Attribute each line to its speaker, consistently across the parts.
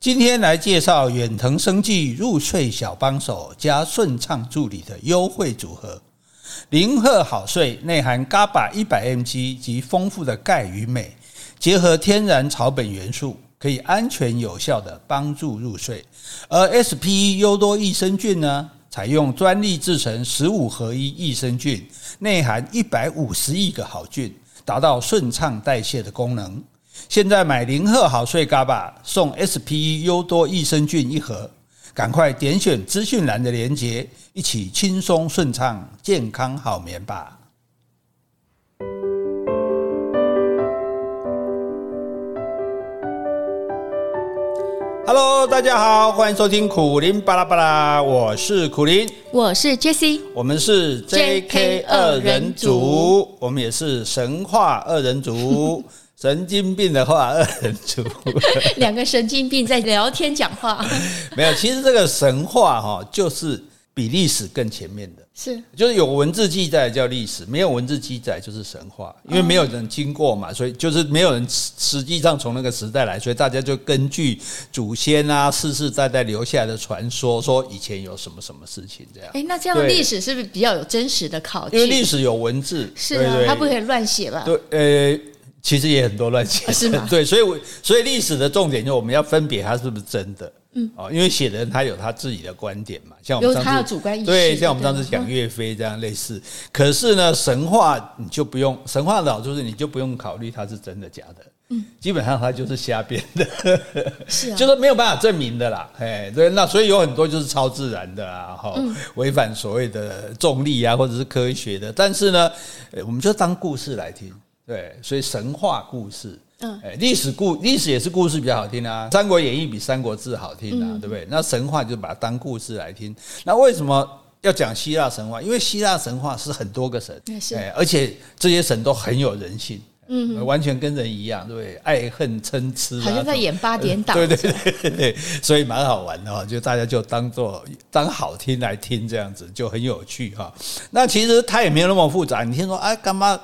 Speaker 1: 今天来介绍远藤生技入睡小帮手加顺畅助理的优惠组合。零赫好睡内含 GABA 一百 mg 及丰富的钙与镁，结合天然草本元素，可以安全有效的帮助入睡。而 SPE 优多益生菌呢，采用专利制成十五合一益生菌，内含一百五十亿个好菌，达到顺畅代谢的功能。现在买零赫好睡 GABA 送 SPE 优多益生菌一盒，赶快点选资讯栏的连结，一起轻松顺畅、健康好眠吧。Hello，大家好，欢迎收听苦林巴拉巴拉，我是苦林，
Speaker 2: 我是 Jessie，
Speaker 1: 我们是 JK 二人组，我们也是神话二人 组，神经病的话二人组。
Speaker 2: 两个神经病在聊天讲话，
Speaker 1: 没有，其实这个神话哈、就是比历史更前面的，
Speaker 2: 是
Speaker 1: 就是有文字记载叫历史，没有文字记载就是神话，因为没有人经过
Speaker 2: 嗯
Speaker 1: 嘛，所以就是没有人实实际上从那个时代来，所以大家就根据祖先啊世世代代留下来的传说，说以前有什么什么事情这样。
Speaker 2: 哎，那这样的
Speaker 1: 对
Speaker 2: 历史是不是比较有真实的考据？
Speaker 1: 因为历史有文字，
Speaker 2: 是
Speaker 1: 对
Speaker 2: 啊，
Speaker 1: 对
Speaker 2: 他不可以乱写吧？
Speaker 1: 对，呃，其实也很多乱写的，
Speaker 2: 啊是 吗
Speaker 1: 对，所以我所以历史的重点就是我们要分别它是不是真的，嗯，哦，因为写的人他有他自己的观点嘛，像我们
Speaker 2: 有
Speaker 1: 上次
Speaker 2: 他的主观意识
Speaker 1: 对，像我们
Speaker 2: 对嗯
Speaker 1: 上
Speaker 2: 吗
Speaker 1: 次讲岳飞这样类似。可是呢，神话你就不用，神话老就是你就不用考虑它是真的假的。嗯，基本上它就是瞎编的，
Speaker 2: 是啊，
Speaker 1: 就是没有办法证明的啦。哎，对，那所以有很多就是超自然的啊，哈、
Speaker 2: 嗯
Speaker 1: 违反所谓的重力啊，或者是科学的。但是呢，呃我们就当故事来听，对，所以神话故事。
Speaker 2: 嗯
Speaker 1: 哎，历史故历史也是故事比较好听啊，《三国演义》比《三国志》好听
Speaker 2: 嗯
Speaker 1: 啊，对不对？那神话就把它当故事来听。那为什么要讲希腊神话？因为希腊神话是很多个神
Speaker 2: 嗯，是
Speaker 1: 哎，而且这些神都很有人性，嗯，完全跟人一样，对不对？爱恨参差啊，
Speaker 2: 好像在演八点档，
Speaker 1: 对对 对对对，所以蛮好玩的哈、就大家就当做当好听来听这样子，就很有趣哈、那其实它也没有那么复杂，你听说哎干嘛？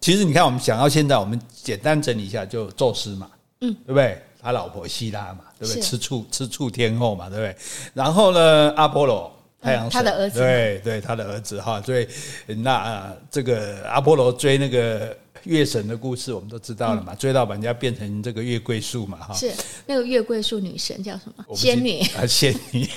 Speaker 1: 其实你看我们讲到现在，我们简单整理一下，就宙斯嘛，嗯，对不对？他老婆希拉嘛，对不对？
Speaker 2: 是
Speaker 1: 吃醋吃醋天后嘛，对不对？然后呢，阿波罗。太阳神、
Speaker 2: 嗯他的儿子嘛
Speaker 1: 对对，他的儿子哈，所以那、呃这个阿波罗追那个月神的故事，我们都知道了嘛，追到把人家变成这个月桂树嘛哈，
Speaker 2: 嗯是那个月桂树女神叫什
Speaker 1: 我
Speaker 2: 么？
Speaker 1: 不记得
Speaker 2: 仙女
Speaker 1: 啊，仙女，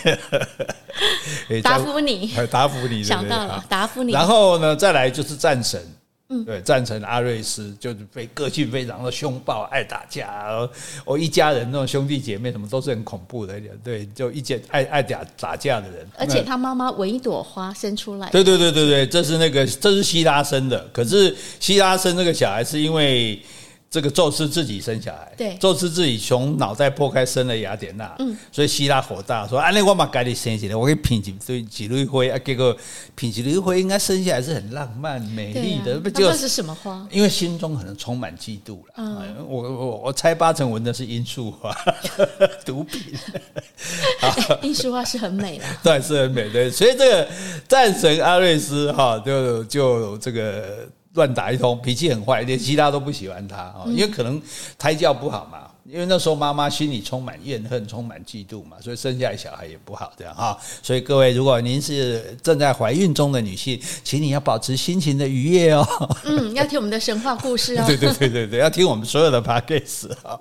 Speaker 1: 诶
Speaker 2: 达
Speaker 1: 在
Speaker 2: 芙妮，
Speaker 1: 呃达芙妮，
Speaker 2: 想
Speaker 1: 对不对
Speaker 2: 到了
Speaker 1: 啊
Speaker 2: 达芙妮，
Speaker 1: 然后呢，再来就是战神，
Speaker 2: 嗯
Speaker 1: 对，战神阿瑞斯就是非个性非常的凶暴，爱打架啊，然后哦，一家人那种兄弟姐妹什么都是很恐怖的，对，就一见爱爱打打架的人，
Speaker 2: 而且她妈妈闻一朵花生出来，
Speaker 1: 嗯对对对对对，这是那个这是希拉生的，可是希拉生这个小孩是因为这个宙斯自己生小孩，
Speaker 2: 对
Speaker 1: 宙斯自己从脑袋破开生了雅典娜，嗯，所以希拉火大说，啊，那我把该你生起来，我给品几堆几粒灰啊，结果品几粒灰应该生下来是很浪漫美
Speaker 2: 对
Speaker 1: 丽
Speaker 2: 啊
Speaker 1: 的，不
Speaker 2: 那
Speaker 1: 就啊
Speaker 2: 那是嗯什么 花？
Speaker 1: 因为心中可能充满嫉妒了、哎我我我猜八成闻的是罂粟花， 毒品。
Speaker 2: 罂粟花是很美 的，
Speaker 1: 对，是很美对，所以这个战神阿瑞斯哈，就就这个乱打一通，脾气很坏，连希拉都不喜欢他啊，因为可能胎教不好嘛。因为那时候妈妈心里充满怨恨，充满嫉妒嘛，所以生下来小孩也不好这样哈。所以各位，如果您是正在怀孕中的女性，请你要保持心情的愉悦哦。
Speaker 2: 嗯，要听我们的神话故事 哦。
Speaker 1: 对对对对对，要听我们所有的 podcast 啊。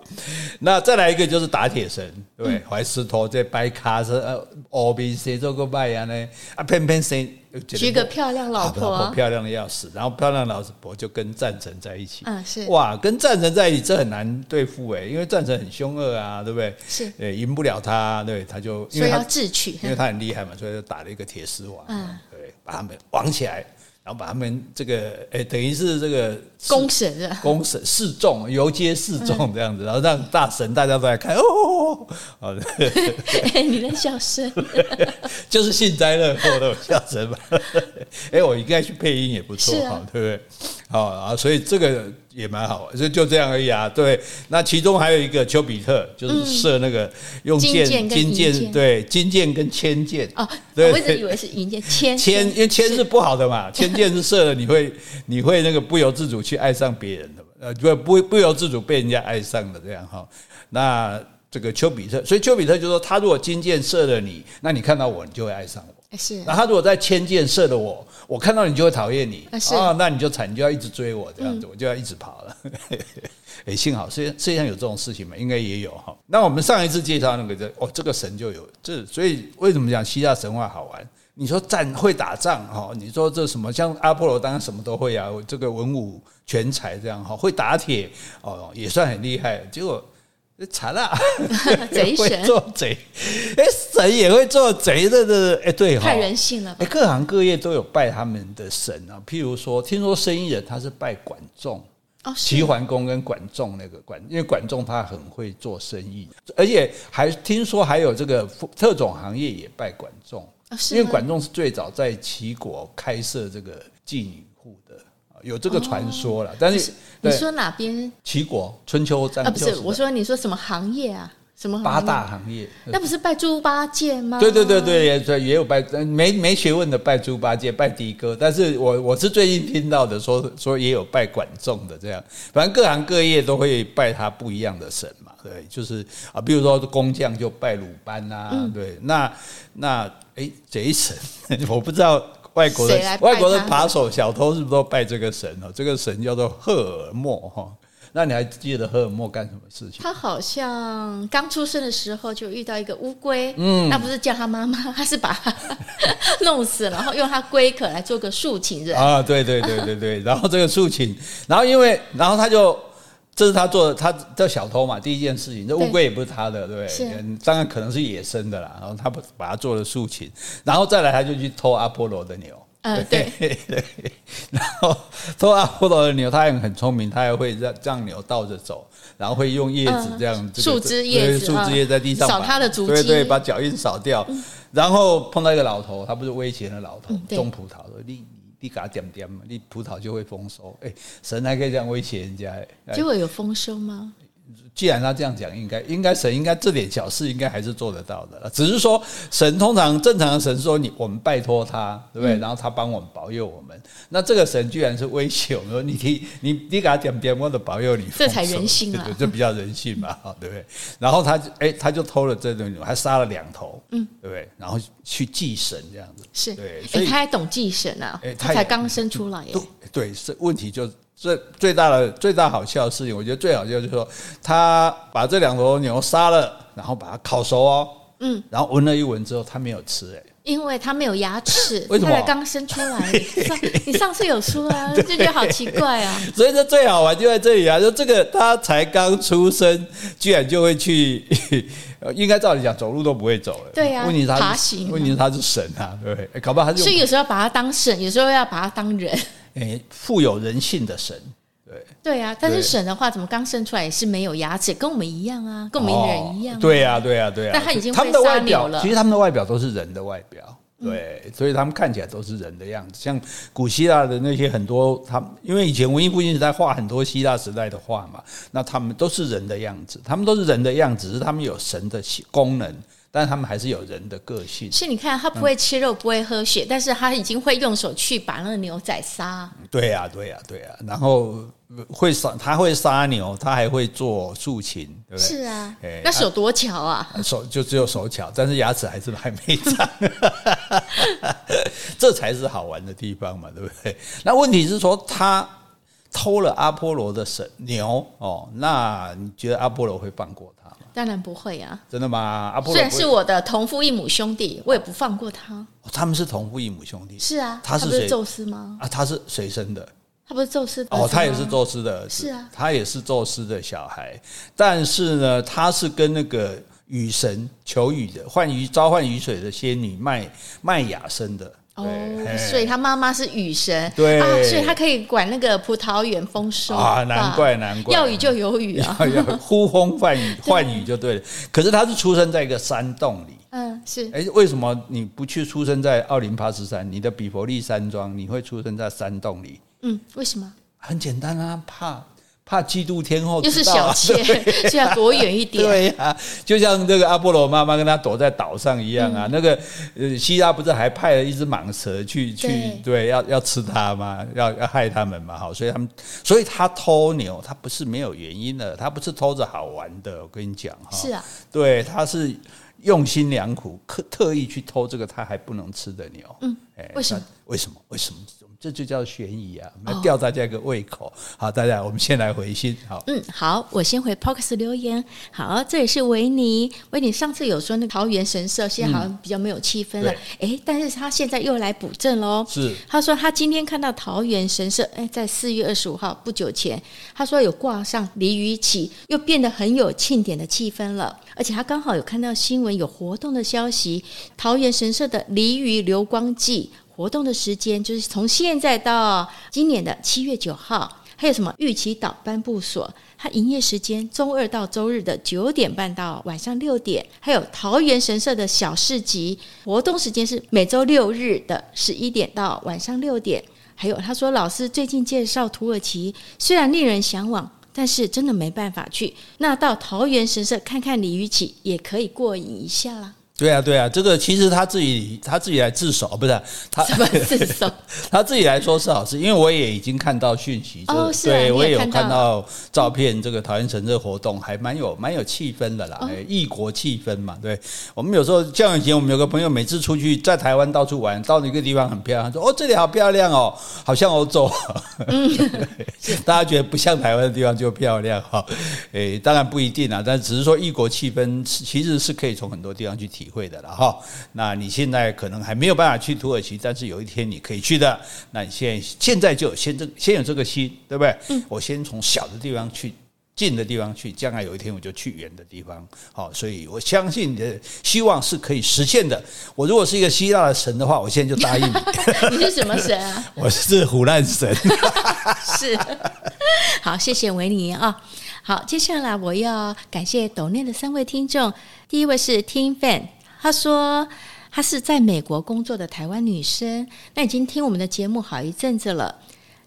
Speaker 1: 那再来一个就是打铁神，对不
Speaker 2: 嗯
Speaker 1: 对，怀斯托这掰卡是呃，哦比谁做过拜呀呢？啊，偏偏谁
Speaker 2: 娶个漂亮老婆
Speaker 1: 老婆啊漂亮的要死，然后漂亮老婆就跟战神在一起。
Speaker 2: 嗯是
Speaker 1: 哇，跟战神在一起这很难对付哎，因为战神很凶恶啊，对不对？
Speaker 2: 是
Speaker 1: 对，赢不了他，对，他就因
Speaker 2: 所
Speaker 1: 为
Speaker 2: 以
Speaker 1: 他
Speaker 2: 要智取，
Speaker 1: 因为他很厉害嘛，所以就打了一个铁丝网，
Speaker 2: 嗯
Speaker 1: 对，把他们绑起来，然后把他们这个，哎、等于是这个
Speaker 2: 攻神 的，
Speaker 1: 公审示众，游街示众这样子，然后让大神大家都来看哦哦，哦哦哦
Speaker 2: 你的笑声。
Speaker 1: 就是幸灾乐祸的笑声吧。 哎，我应该去配音也不错
Speaker 2: 是啊
Speaker 1: 哈、对不对？好啊，所以这个也蛮好玩，所以就这样而已啊。对，那其中还有一个丘比特，就是射那个、用
Speaker 2: 金
Speaker 1: 箭、
Speaker 2: 箭跟
Speaker 1: 金
Speaker 2: 银
Speaker 1: 箭，
Speaker 2: 箭
Speaker 1: 对，金箭跟铅箭
Speaker 2: 哦，
Speaker 1: 对
Speaker 2: 我一直以为是银箭铅
Speaker 1: 铅，因为铅是不好的嘛，铅箭是射了，你会你会那个不由自主去爱上别人的嘛，呃，不不不由自主被人家爱上的这样哈。那这个丘比特，所以丘比特就说，他如果金箭射了你，那你看到我，你就会爱上我。
Speaker 2: 哎是
Speaker 1: 那他如果在牵箭射了我，我看到你就会讨厌你
Speaker 2: 啊是嗯
Speaker 1: 那你就惨，你就要一直追我这样子，我就要一直跑了。 哎，幸好世界世界上有这种事情嘛，应该也有哈。那我们上一次介绍那个这哦，这个神就有这，所以为什么讲希腊神话好玩？你说战会打仗哈，你说这什么像阿波罗当然什么都会啊，这个文武全才这样哈，会打铁哦也算很厉害，结果。查啦，
Speaker 2: 贼
Speaker 1: 会
Speaker 2: 神
Speaker 1: 做贼，哎，神也会做贼的，这哎对哈，
Speaker 2: 太人性了吧？
Speaker 1: 哎，各行各业都有拜他们的神啊。譬如说，听说生意人他是拜管仲、
Speaker 2: 哦，是
Speaker 1: 齐桓公跟管仲那个管，因为管仲他很会做生意，而且还听说还有这个特种行业也拜管仲，
Speaker 2: 哦是
Speaker 1: 因为
Speaker 2: 吗
Speaker 1: 管仲是最早在齐国开设这个妓女户的，啊有这个传说了。但是
Speaker 2: 哦你
Speaker 1: 对
Speaker 2: 说哪边
Speaker 1: 齐国春秋战
Speaker 2: 啊？
Speaker 1: 国
Speaker 2: 不
Speaker 1: 时代、
Speaker 2: 是，我说你说什么行业啊？什么行
Speaker 1: 八
Speaker 2: 业
Speaker 1: 大？行业，呃
Speaker 2: 那不是拜猪八戒吗？
Speaker 1: 对对对对，也对也有拜呃没没学问的拜猪八戒、拜的哥，但是我我是最近听到的说说也有拜管仲的这样，反正各行各业都会拜他不一样的神嘛，对，就是啊，比如说工匠就拜鲁班啊，
Speaker 2: 嗯
Speaker 1: 对，那那诶贼神， 我不知道。外国的
Speaker 2: 谁来拜
Speaker 1: 外国的
Speaker 2: 他
Speaker 1: 扒手小偷是不是都拜这个神哦？这个神叫做赫尔墨哈。那你还记得赫尔墨干什么事情？
Speaker 2: 他好像刚出生的时候就遇到一个乌龟，嗯，那不是叫他妈妈，他是把他 弄死，然后用他龟壳来做个竖琴人。
Speaker 1: 啊，对对对对对，然后这个竖琴，然后因为然后他就。这是他做的，他叫小偷嘛，第一件事情，这
Speaker 2: 对
Speaker 1: 乌龟也不是他的，对不
Speaker 2: 是
Speaker 1: 对？嗯当然可能是野生的啦。然后他把把它做了竖琴，然后再来他就去偷阿波罗的牛，
Speaker 2: 嗯，对，
Speaker 1: 对，然后偷阿波罗的牛，他还很聪明，他还会让让牛倒着走，然后会用叶子
Speaker 2: 嗯
Speaker 1: 这样，这个
Speaker 2: 树枝叶子
Speaker 1: 对树枝叶在地上
Speaker 2: 嗯扫
Speaker 1: 把
Speaker 2: 它的足
Speaker 1: 对
Speaker 2: 迹
Speaker 1: 对，把脚印扫掉。然后碰到一个老头，他不是威胁那老头
Speaker 2: 嗯对
Speaker 1: 种葡萄说你。你给他点点嘛，你葡萄就会丰收。哎、神还可以这样威胁人家、哎
Speaker 2: 结果有丰收吗？
Speaker 1: 既然他这样讲，应该应该神应该这点小事应该还是做得到的了。只是说神通常正常的神说你我们拜托他，对不
Speaker 2: 嗯
Speaker 1: 对？然后他帮我们保佑我们。那这个神居然是威胁我们说你提你你给他点别我的保佑你丰收，
Speaker 2: 这才人性啊
Speaker 1: 对对这比较人性嘛， 哈对不对？然后他就哎他就偷了这种牛，还杀了两头，嗯，对不对？然后去祭神这样子，
Speaker 2: 是，
Speaker 1: 对，所
Speaker 2: 哎，
Speaker 1: 以
Speaker 2: 他还懂祭神啊
Speaker 1: 哎，他
Speaker 2: 他
Speaker 1: 也
Speaker 2: 才刚生出来耶
Speaker 1: 对。对，是问题就最最大的最大好笑的事情，我觉得最好笑就是说，他把这两头牛杀了，然后把它烤熟哦，
Speaker 2: 嗯，
Speaker 1: 然后闻了一闻之后，他没有吃、哎，
Speaker 2: 因为他没有牙齿，
Speaker 1: 为什么
Speaker 2: 他才刚生 出来。你上你上次有说啊，就觉得好奇怪啊。
Speaker 1: 所以这最好玩就在这里啊！就这个他才刚出生，居然就会去， 应该照理讲走路都不会走了，
Speaker 2: 对啊
Speaker 1: 问题是他是
Speaker 2: 爬行
Speaker 1: 问题是他是神啊，对不对？哎搞不好他
Speaker 2: 所
Speaker 1: 是
Speaker 2: 以
Speaker 1: 用
Speaker 2: 有时候要把他当神，有时候要把他当人。
Speaker 1: 哎富有人性的神， 对。
Speaker 2: 对啊，但
Speaker 1: 对
Speaker 2: 是神的话，怎么刚生出来也是没有牙齿，跟我们一样啊，跟我们人一样、
Speaker 1: 哦对呀、对呀、对呀、
Speaker 2: 但他已经会
Speaker 1: 他们的外表
Speaker 2: 杀牛了嗯
Speaker 1: 其实他们的外表都是人的外表。对，所以他们看起来都是人的样子，像古希腊的那些很多，他们因为以前文艺复兴时代画很多希腊时代的画嘛，那他们都是人的样子，他们都是人的样子，只是他们有神的功能，但他们还是有人的个性。
Speaker 2: 是你看他不会吃肉，不会喝血，但是他已经会用手去把那个牛宰杀。
Speaker 1: 对呀、对呀、对呀、然后会杀，他会杀牛，他还会做竖琴，对不对？
Speaker 2: 是啊
Speaker 1: 哎，
Speaker 2: 那手多巧啊！
Speaker 1: 手就只有手巧，但是牙齿还是还没长， 这才是好玩的地方嘛，对不对？那问题是说他偷了阿波罗的神牛哦，那你觉得阿波罗会放过他吗？
Speaker 2: 当然不会啊，
Speaker 1: 真的吗？阿波
Speaker 2: 虽
Speaker 1: 罗
Speaker 2: 然
Speaker 1: 不
Speaker 2: 是
Speaker 1: 会、
Speaker 2: 我的同父异母兄弟，我也不放过他。
Speaker 1: 哦他们是同父异母兄弟
Speaker 2: 是啊，
Speaker 1: 他
Speaker 2: 他
Speaker 1: 是
Speaker 2: 不是
Speaker 1: 谁
Speaker 2: 宙斯吗？
Speaker 1: 啊，他是谁生的？
Speaker 2: 他不是宙斯的儿
Speaker 1: 哦，
Speaker 2: 子
Speaker 1: 他也是
Speaker 2: 吗
Speaker 1: 宙斯的儿子，
Speaker 2: 是啊
Speaker 1: 他也是宙斯的小孩，但是呢，他是跟那个雨神求雨的，唤雨召唤雨水的仙女麦麦雅生的。对
Speaker 2: 哦，
Speaker 1: 嘿
Speaker 2: 所以他妈妈是雨神，
Speaker 1: 对
Speaker 2: 啊，所以他可以管那个葡萄园丰收
Speaker 1: 啊
Speaker 2: 吧
Speaker 1: 难怪难怪
Speaker 2: 要雨就有雨 啊，
Speaker 1: 要要呼风唤 雨，唤雨就对了。可是他是出生在一个山洞里。
Speaker 2: 嗯，是
Speaker 1: 哎，为什么你不去出生在奥林帕斯山？你的比佛利山庄，你会出生在山洞里？
Speaker 2: 嗯，为什么？
Speaker 1: 很简单啊，怕怕嫉妒天后
Speaker 2: 又是
Speaker 1: 知道
Speaker 2: 小
Speaker 1: 啊
Speaker 2: 妾，所以要躲远一点。
Speaker 1: 对呀、就像这个阿波罗妈妈跟他躲在岛上一样啊。
Speaker 2: 嗯
Speaker 1: 那个呃，希腊不是还派了一只蟒蛇去去
Speaker 2: 对
Speaker 1: 对要要吃它吗？要要害他们嘛？好，所以他们，所以他偷牛，他不是没有原因的，他不是偷着好玩的。我跟你讲哈，
Speaker 2: 是啊，
Speaker 1: 对，他是用心良苦，特特意去偷这个他还不能吃的牛。嗯，哎
Speaker 2: 为什么？
Speaker 1: 那为什么？为什么？这就叫悬疑啊！我们要吊大家一个胃口。好，大家我们先来回信。好，
Speaker 2: 嗯，好，我先回 Pockets 留言。好，这里是维尼。维尼上次有说那个桃园神社现在好像比较没有气氛了，
Speaker 1: 嗯对
Speaker 2: 哎、但是他现在又来补正喽。
Speaker 1: 是
Speaker 2: 他说他今天看到桃园神社，哎，在四月二十五号不久前，他说有挂上鲤鱼旗，又变得很有庆典的气氛了。而且他刚好有看到新闻有活动的消息，桃园神社的鲤鱼流光祭活动的时间就是从现在到今年的七月九号。还有什么玉崎岛颁布所？它营业时间周二到周日的九点半到晚上六点，还有桃园神社的小市集活动时间是每周六日的十一点到晚上六点。还有他说，老师最近介绍土耳其，虽然令人向往。但是真的没办法去，那到桃园神社看看鲤鱼旗也可以过瘾一下啦。
Speaker 1: 对啊，对啊，这个其实他自己他自己来自首，不是啊他
Speaker 2: 什么自首？
Speaker 1: 他自己来说是好事，因为我也已经看到讯息，
Speaker 2: 哦
Speaker 1: 就是
Speaker 2: 啊你
Speaker 1: 对
Speaker 2: 也
Speaker 1: 我也有
Speaker 2: 看到哦
Speaker 1: 看到照片，这个桃园城这个活动还蛮有蛮有气氛的啦，哎异国气氛嘛。对我们有时候像以前我们有个朋友，每次出去在台湾到处玩，到了一个地方很漂亮，他说哦这里好漂亮哦，好像欧洲，
Speaker 2: 嗯
Speaker 1: 对 大家觉得不像台湾的地方就漂亮哈。诶，当然不一定啊，但只是说异国气氛是其实是可以从很多地方去体会的了哈。那你现在可能还没有办法去土耳其，但是有一天你可以去的。那你现在现在就有先这先有这个心，对不对？我先从小的地方去。近的地方去，将来有一天我就去远的地方。好，所以我相信你的希望是可以实现的。我如果是一个希腊的神的话，我现在就答应你，
Speaker 2: 你是什么神 啊？
Speaker 1: 我是胡乱神。
Speaker 2: 是， 好，谢谢维尼啊。好，接下来我要感谢抖内的三位听众，第一位是 Tim Fan，他说。她是在美国工作的台湾女生，那已经听我们的节目好一阵子了，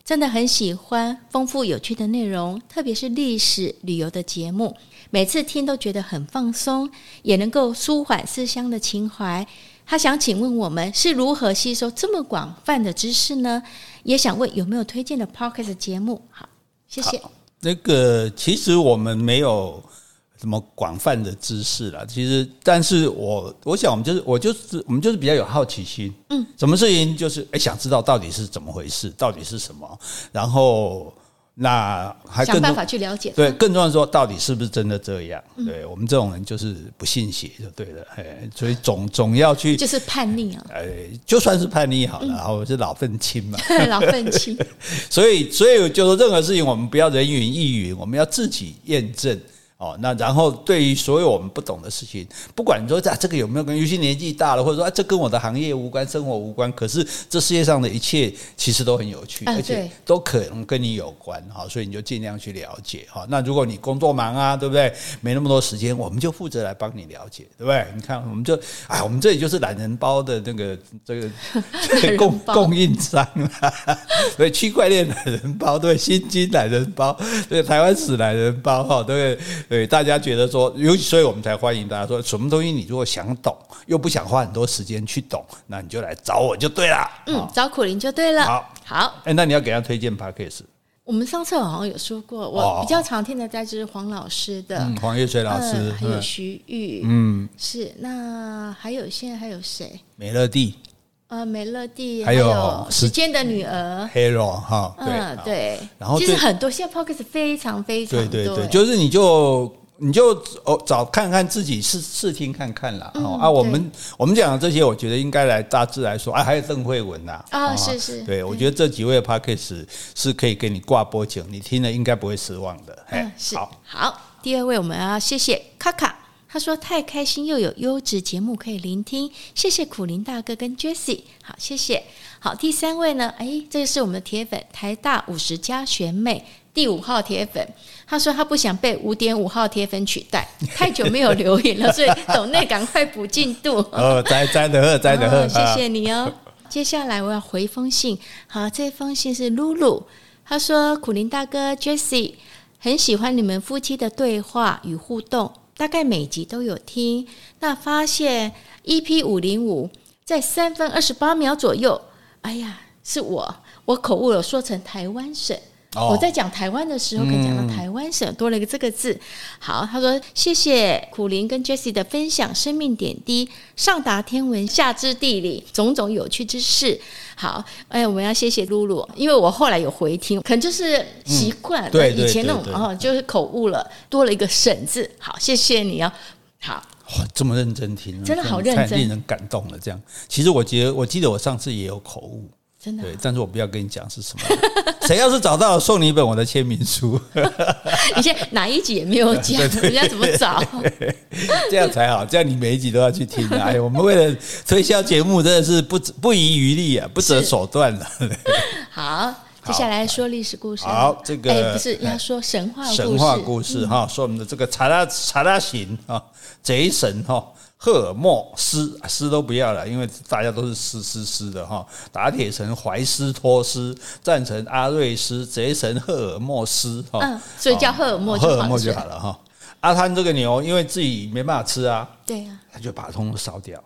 Speaker 2: 真的很喜欢丰富有趣的内容，特别是历史旅游的节目，每次听都觉得很放松，也能够舒缓思乡的情怀。他想请问我们是如何吸收这么广泛的知识呢？也想问有没有推荐的 podcast 节目？好，谢谢。
Speaker 1: 那个其实我们没有什么广泛的知识啦，其实但是我我想我们就是我就是我们就是比较有好奇心，嗯，什么事情就是哎、想知道到底是怎么回事，到底是什么，然后那还
Speaker 2: 想
Speaker 1: 更
Speaker 2: 办
Speaker 1: 多。
Speaker 2: 法去了解嗯它。
Speaker 1: 对，更重要的是说，到底是不是真的这样？对我们这种人就是不信邪就对了，哎，所以总总要去，
Speaker 2: 就是嗯叛逆啊，
Speaker 1: 哎，就算是叛逆好了，然后我是老愤青嘛，
Speaker 2: 老愤 青。
Speaker 1: 所以，所以就说任何事情，我们不要人云亦云，我们要自己验证。哦，那然后对于所有我们不懂的事情，不管你说啊这个有没有跟，尤其年纪大了，或者说啊这跟我的行业无关、生活无关，可是这世界上的一切其实都很有趣，
Speaker 2: 嗯
Speaker 1: 而且
Speaker 2: 对
Speaker 1: 都可能跟你有关哈，所以你就尽量去了解哈。那如果你工作忙啊，对不对？没那么多时间，我们就负责来帮你了解，对不对？你看，我们就啊，我们这里就是懒人包的那个这个这个 供
Speaker 2: 懒人包
Speaker 1: 供应商啊，对区块链懒人包，对新金懒人包，对台湾史懒人包哈，对对，大家觉得说，尤其所以我们才欢迎大家说，什么东西你如果想懂又不想花很多时间去懂，那你就来找我就对啦。
Speaker 2: 嗯
Speaker 1: 好，，
Speaker 2: 找苦林就对了。
Speaker 1: 好，
Speaker 2: 好，
Speaker 1: 哎，那你要给他推荐 p a c k a g e
Speaker 2: 我们上次好像有说过，
Speaker 1: 哦
Speaker 2: 我比较常听的在就是黄老师的，
Speaker 1: 嗯，黄月水老师，
Speaker 2: 嗯还有
Speaker 1: 嗯
Speaker 2: 徐玉，嗯，是。那还有现在还有谁？
Speaker 1: 美乐蒂
Speaker 2: 呃，美乐蒂，
Speaker 1: 还
Speaker 2: 还
Speaker 1: 有
Speaker 2: 有
Speaker 1: 时
Speaker 2: 时间的女儿，
Speaker 1: ，Hero 哈，对啊
Speaker 2: 嗯，，对。
Speaker 1: 然后
Speaker 2: 其实
Speaker 1: 最
Speaker 2: 很多现在 podcast 非常非常
Speaker 1: 对对
Speaker 2: 多
Speaker 1: 对，
Speaker 2: 哎
Speaker 1: 就是你就你就哦找看看自己试试听看看啦。
Speaker 2: 嗯
Speaker 1: 哦、啊，我们我们讲的这些，我觉得应该来大致来说啊，还有邓慧文呐哦
Speaker 2: 啊是是
Speaker 1: 对我
Speaker 2: 对
Speaker 1: 觉得这几位 p a c k a g e 是可以给你挂播景，你听了应该不会失望的。哎、
Speaker 2: 嗯，是
Speaker 1: 好，
Speaker 2: 第二位我们要谢谢卡卡，他说太开心又有优质节目可以聆听，谢谢苦林大哥跟 Jesse，好谢谢。好，第三位呢，哎，这是我们的铁粉台大五十加选美。第五号铁粉，他说他不想被五点五号铁粉取代，太久没有留 言了，所以董内赶快补进度。
Speaker 1: 呃， 摘摘的喝，摘的嗯喝、啊
Speaker 2: 哦，谢谢你哦。接下来我要回一封信，好，这封信是露露，她说：“苦林大哥 Jesse。”很喜欢你们夫妻的对话与互动，大概每集都有听。那发现 EP 五零五在三分二十八秒左右，哎呀，是我我口误了，说成台湾省。
Speaker 1: 哦
Speaker 2: 我在讲台湾的时候，可能讲到台湾省，多了一个这个字。好，他说谢谢苦林跟 Jessie 的分享，生命点滴，上达天文，下知地理，种种有趣之事。好，哎，我们要谢谢露露，因为我后来有回听，可能就是习惯了、
Speaker 1: 对对
Speaker 2: 以前那种
Speaker 1: 对对
Speaker 2: 哦，就是口误了，多了一个省字。好，谢谢你哦。好，
Speaker 1: 哇，这么认真听，
Speaker 2: 真的好
Speaker 1: 这样太
Speaker 2: 认真
Speaker 1: 令人感动了。这样，其实我觉得，我记得我上次也有口误，
Speaker 2: 真的啊、
Speaker 1: 对，但是我不要跟你讲是什么。 谁要是找到，送你一本我的签名书，
Speaker 2: 啊以前哪一集也没有讲，人家怎么 找？
Speaker 1: 这样才好。这样你每一集都要去听。哎，我们为了推销节目，真的是不不遗余力啊，不择
Speaker 2: 是
Speaker 1: 手段了。
Speaker 2: 好，接下来说历史故事。
Speaker 1: 好这个
Speaker 2: 哎，不是要说神啊话故事？嗯
Speaker 1: 神话故事哈，说我们的这个查拉查拉型啊，贼神哈，赫尔墨斯斯都不要了，因为大家都是斯斯斯的哈。打铁神怀斯托斯，战神阿瑞斯，贼神赫尔墨斯哈，
Speaker 2: 嗯所以叫赫尔墨就好
Speaker 1: 哦赫尔墨
Speaker 2: 是
Speaker 1: 就好了哈。阿汤这个牛，因为自己没办法吃啊，
Speaker 2: 对啊，
Speaker 1: 他就把它通通烧掉。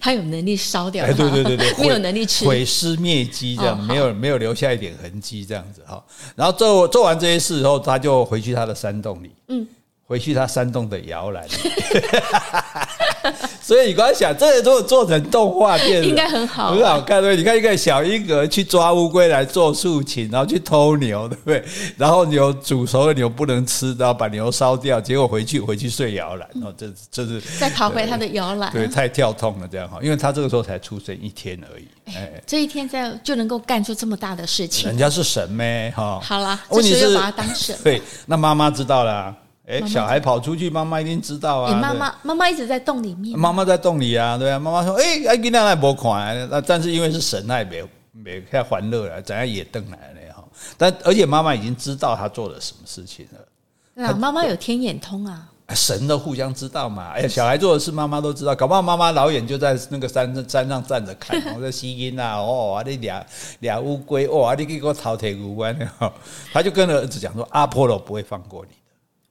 Speaker 2: 他有能力烧掉它，
Speaker 1: 哎，对对对对，
Speaker 2: 没有
Speaker 1: 毁
Speaker 2: 能力吃。
Speaker 1: 毁尸灭迹这样，
Speaker 2: 哦好
Speaker 1: 没有没有留下一点痕迹这样子哈。然后做做完这些事以后，他就回去他的山洞里，嗯，回去他山洞的摇篮里。 所以你光想，这如果做成动画片，
Speaker 2: 应该很好
Speaker 1: 很好看对不对？你看一个小婴儿去抓乌龟来做竖琴，然后去偷牛，对不对？然后牛煮熟的牛不能吃，然后把牛烧掉，结果回去回去睡摇篮，哦，这这是
Speaker 2: 再爬回他的摇篮。
Speaker 1: 对，太跳痛了这样哈，因为他这个时候才出生一天而已，哎，
Speaker 2: 这一天在就能够干出这么大的事情
Speaker 1: 人。家是神咩哈。
Speaker 2: 好啦，这
Speaker 1: 问题
Speaker 2: 时候
Speaker 1: 是
Speaker 2: 又把他当神。
Speaker 1: 对，那妈妈知道啦，哎，
Speaker 2: 妈妈
Speaker 1: 小孩跑出去，妈妈一定知道
Speaker 2: 你
Speaker 1: 啊。
Speaker 2: 妈
Speaker 1: 对
Speaker 2: 妈妈妈一直在洞里面，
Speaker 1: 妈妈在洞里啊，对啊，妈妈说，哎，哎，今天来没看，那但是因为是神，那也没有没太欢乐了，咱家也瞪来了哈。但而且妈妈已经知道他做了什么事情了。
Speaker 2: 那啊妈妈有天眼通啊，
Speaker 1: 神都互相知道嘛，哎呀，小孩做的事妈妈都知道，搞不好妈妈老远就在那个山山上站着 看，我在吸音啊，哦，啊你俩俩乌龟，哦，啊你给我淘铁骨啊，他就跟儿子讲说，阿波罗不会放过你，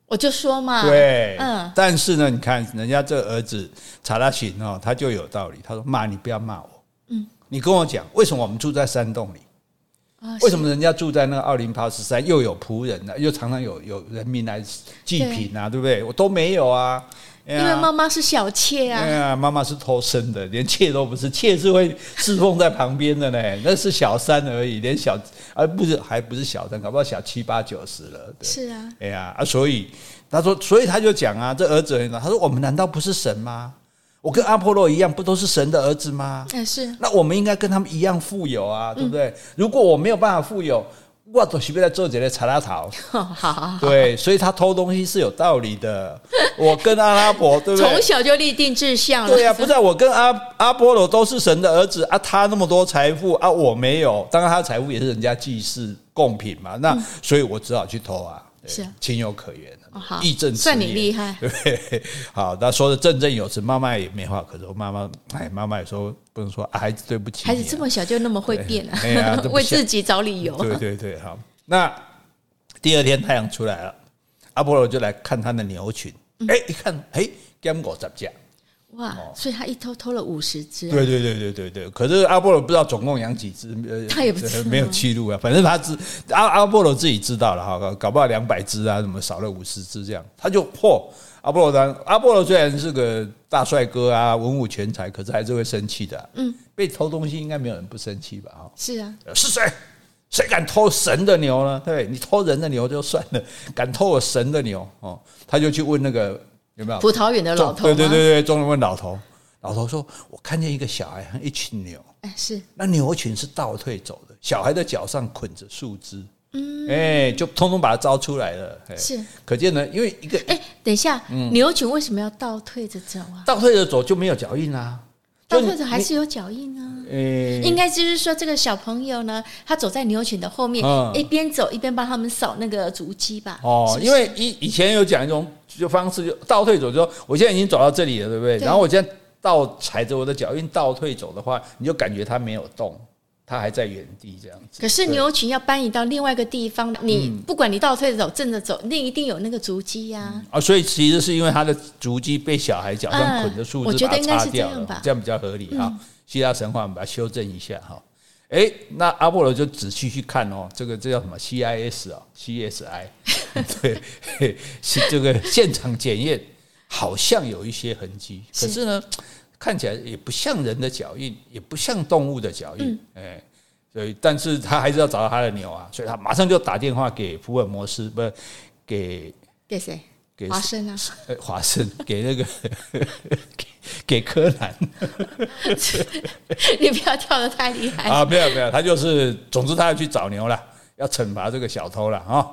Speaker 2: 我就说嘛，
Speaker 1: 对，
Speaker 2: 嗯，
Speaker 1: 但是呢，你看人家这儿子查拉琴哦，他就有道理，他说妈你不要骂我，嗯，你跟我讲为什么我们住在山洞里，
Speaker 2: 啊
Speaker 1: 为什么人家住在那个奥林帕斯山又有仆人呢、又常常有有人民来祭品啊，对不对？我都没有啊，哎
Speaker 2: 因
Speaker 1: 呀
Speaker 2: 为妈妈是小妾
Speaker 1: 哎
Speaker 2: 啊，
Speaker 1: 呀，妈妈是偷生的，连妾都不是，妾是会侍奉在旁边的呢。 那是小三而已，连小而不是还不是小三，搞不好小七八九十了。对，
Speaker 2: 是啊，
Speaker 1: 哎呀啊，所以他说，所以他就讲啊，这儿子很他说我们难道不是神吗？我跟阿波罗一样，不都是神的儿子吗？
Speaker 2: 但 哎是
Speaker 1: 那我们应该跟他们一样富有
Speaker 2: 嗯
Speaker 1: 啊，对不对？如果我没有办法富有，我总是被在做这个查拉桃。
Speaker 2: 好好好，
Speaker 1: 对，所以他偷东西是有道理的。我跟阿拉伯，对不 对
Speaker 2: 从？小就立定志向了，
Speaker 1: 对呀、不是、啊、我跟阿阿波罗都是神的儿子啊，他那么多财富啊，我没有，当然他的财富也是人家祭祀贡品嘛，那、所以我只好去偷啊，对
Speaker 2: 嗯是啊
Speaker 1: 情有可原
Speaker 2: 哦好
Speaker 1: 义正
Speaker 2: 算
Speaker 1: 辞
Speaker 2: 你
Speaker 1: 严
Speaker 2: 厉害
Speaker 1: 对，好，那说的振振有词，妈妈也没话可说，妈妈哎，妈妈也说不能说、啊、孩子对不起你啊、
Speaker 2: 孩子这么啊小就那么会变啊
Speaker 1: 对哎 呀这，不
Speaker 2: 为
Speaker 1: 像
Speaker 2: 自己找理由，
Speaker 1: 对对对，好。那第二天太阳出来了，阿波罗就来看他的牛群，
Speaker 2: 嗯
Speaker 1: 哎、一看，哎，给我十只。
Speaker 2: 哇，所以他一偷偷了五十只，啊
Speaker 1: 对对对对对对，可是阿波罗不知道总共养几只，呃，
Speaker 2: 他也不知道
Speaker 1: 没有记录啊。反正他知阿阿波罗自己知道了哈，搞搞不好两百只啊，什么少了五十只这样，他就嚯，阿波罗当阿波罗虽然是个大帅哥啊，文武全才，可是还是会生气的、嗯，被偷东西应该没有人不生气吧？哈，
Speaker 2: 是啊，
Speaker 1: 是谁？谁敢偷神的牛呢？对你偷人的牛就算了，敢偷我神的牛哦，他就去问那个有没有
Speaker 2: 葡萄园的老头
Speaker 1: 对对
Speaker 2: 吗
Speaker 1: 对对，中人问老头，老头说：“我看见一个小孩和一群牛，
Speaker 2: 哎是
Speaker 1: 那牛群是倒退走的，小孩的脚上捆着树枝，嗯，哎、就通通把它招出来了。哎
Speaker 2: 是，
Speaker 1: 可见呢，因为一个
Speaker 2: 哎、等一下，
Speaker 1: 嗯
Speaker 2: 牛群为什么要倒退着走啊？
Speaker 1: 倒退着走就没有脚印啊，
Speaker 2: 倒
Speaker 1: 就
Speaker 2: 退着还是有脚印啊。
Speaker 1: 哎、
Speaker 2: 应该就是说，这个小朋友呢，他走在牛群的后面，
Speaker 1: 嗯
Speaker 2: 一边走一边帮他们扫那个足迹吧。
Speaker 1: 哦，
Speaker 2: 是不是
Speaker 1: 因为以以前有讲一种就方式，就倒退走，就说我现在已经走到这里了，对不对？
Speaker 2: 对
Speaker 1: 然后我现在倒踩着我的脚印倒退走的话，你就感觉它没有动，它还在原地这样子。
Speaker 2: 可是牛群要搬移到另外一个地方，
Speaker 1: 嗯
Speaker 2: 你不管你倒退着走、正着走，那一定有那个足迹呀、
Speaker 1: 啊，所以其实是因为它的足迹被小孩脚上
Speaker 2: 嗯
Speaker 1: 捆的树
Speaker 2: 我
Speaker 1: 枝
Speaker 2: 觉
Speaker 1: 把
Speaker 2: 得
Speaker 1: 它
Speaker 2: 应该
Speaker 1: 擦
Speaker 2: 是这
Speaker 1: 掉
Speaker 2: 样
Speaker 1: 了
Speaker 2: 吧，嗯
Speaker 1: 这样比较合理哈。希腊神话我们把它修正一下哈。诶，那阿波罗就仔细去看哦，这个这叫什么 CIS 啊，CSI，对， 嘿是这个现场检验，好像有一些痕迹，可是呢，看起来也不像人的脚印，也不像动物的脚印，
Speaker 2: 嗯
Speaker 1: 哎、所以但是他还是要找到他的牛啊，所以他马上就打电话给福尔摩斯，不是给
Speaker 2: 给谁？
Speaker 1: 给
Speaker 2: 华生啊，
Speaker 1: 呃华盛给那个 给给柯南
Speaker 2: 你不要跳得太厉害。
Speaker 1: 啊，没有没有，他就是，总之他要去找牛了，要惩罚这个小偷了啊、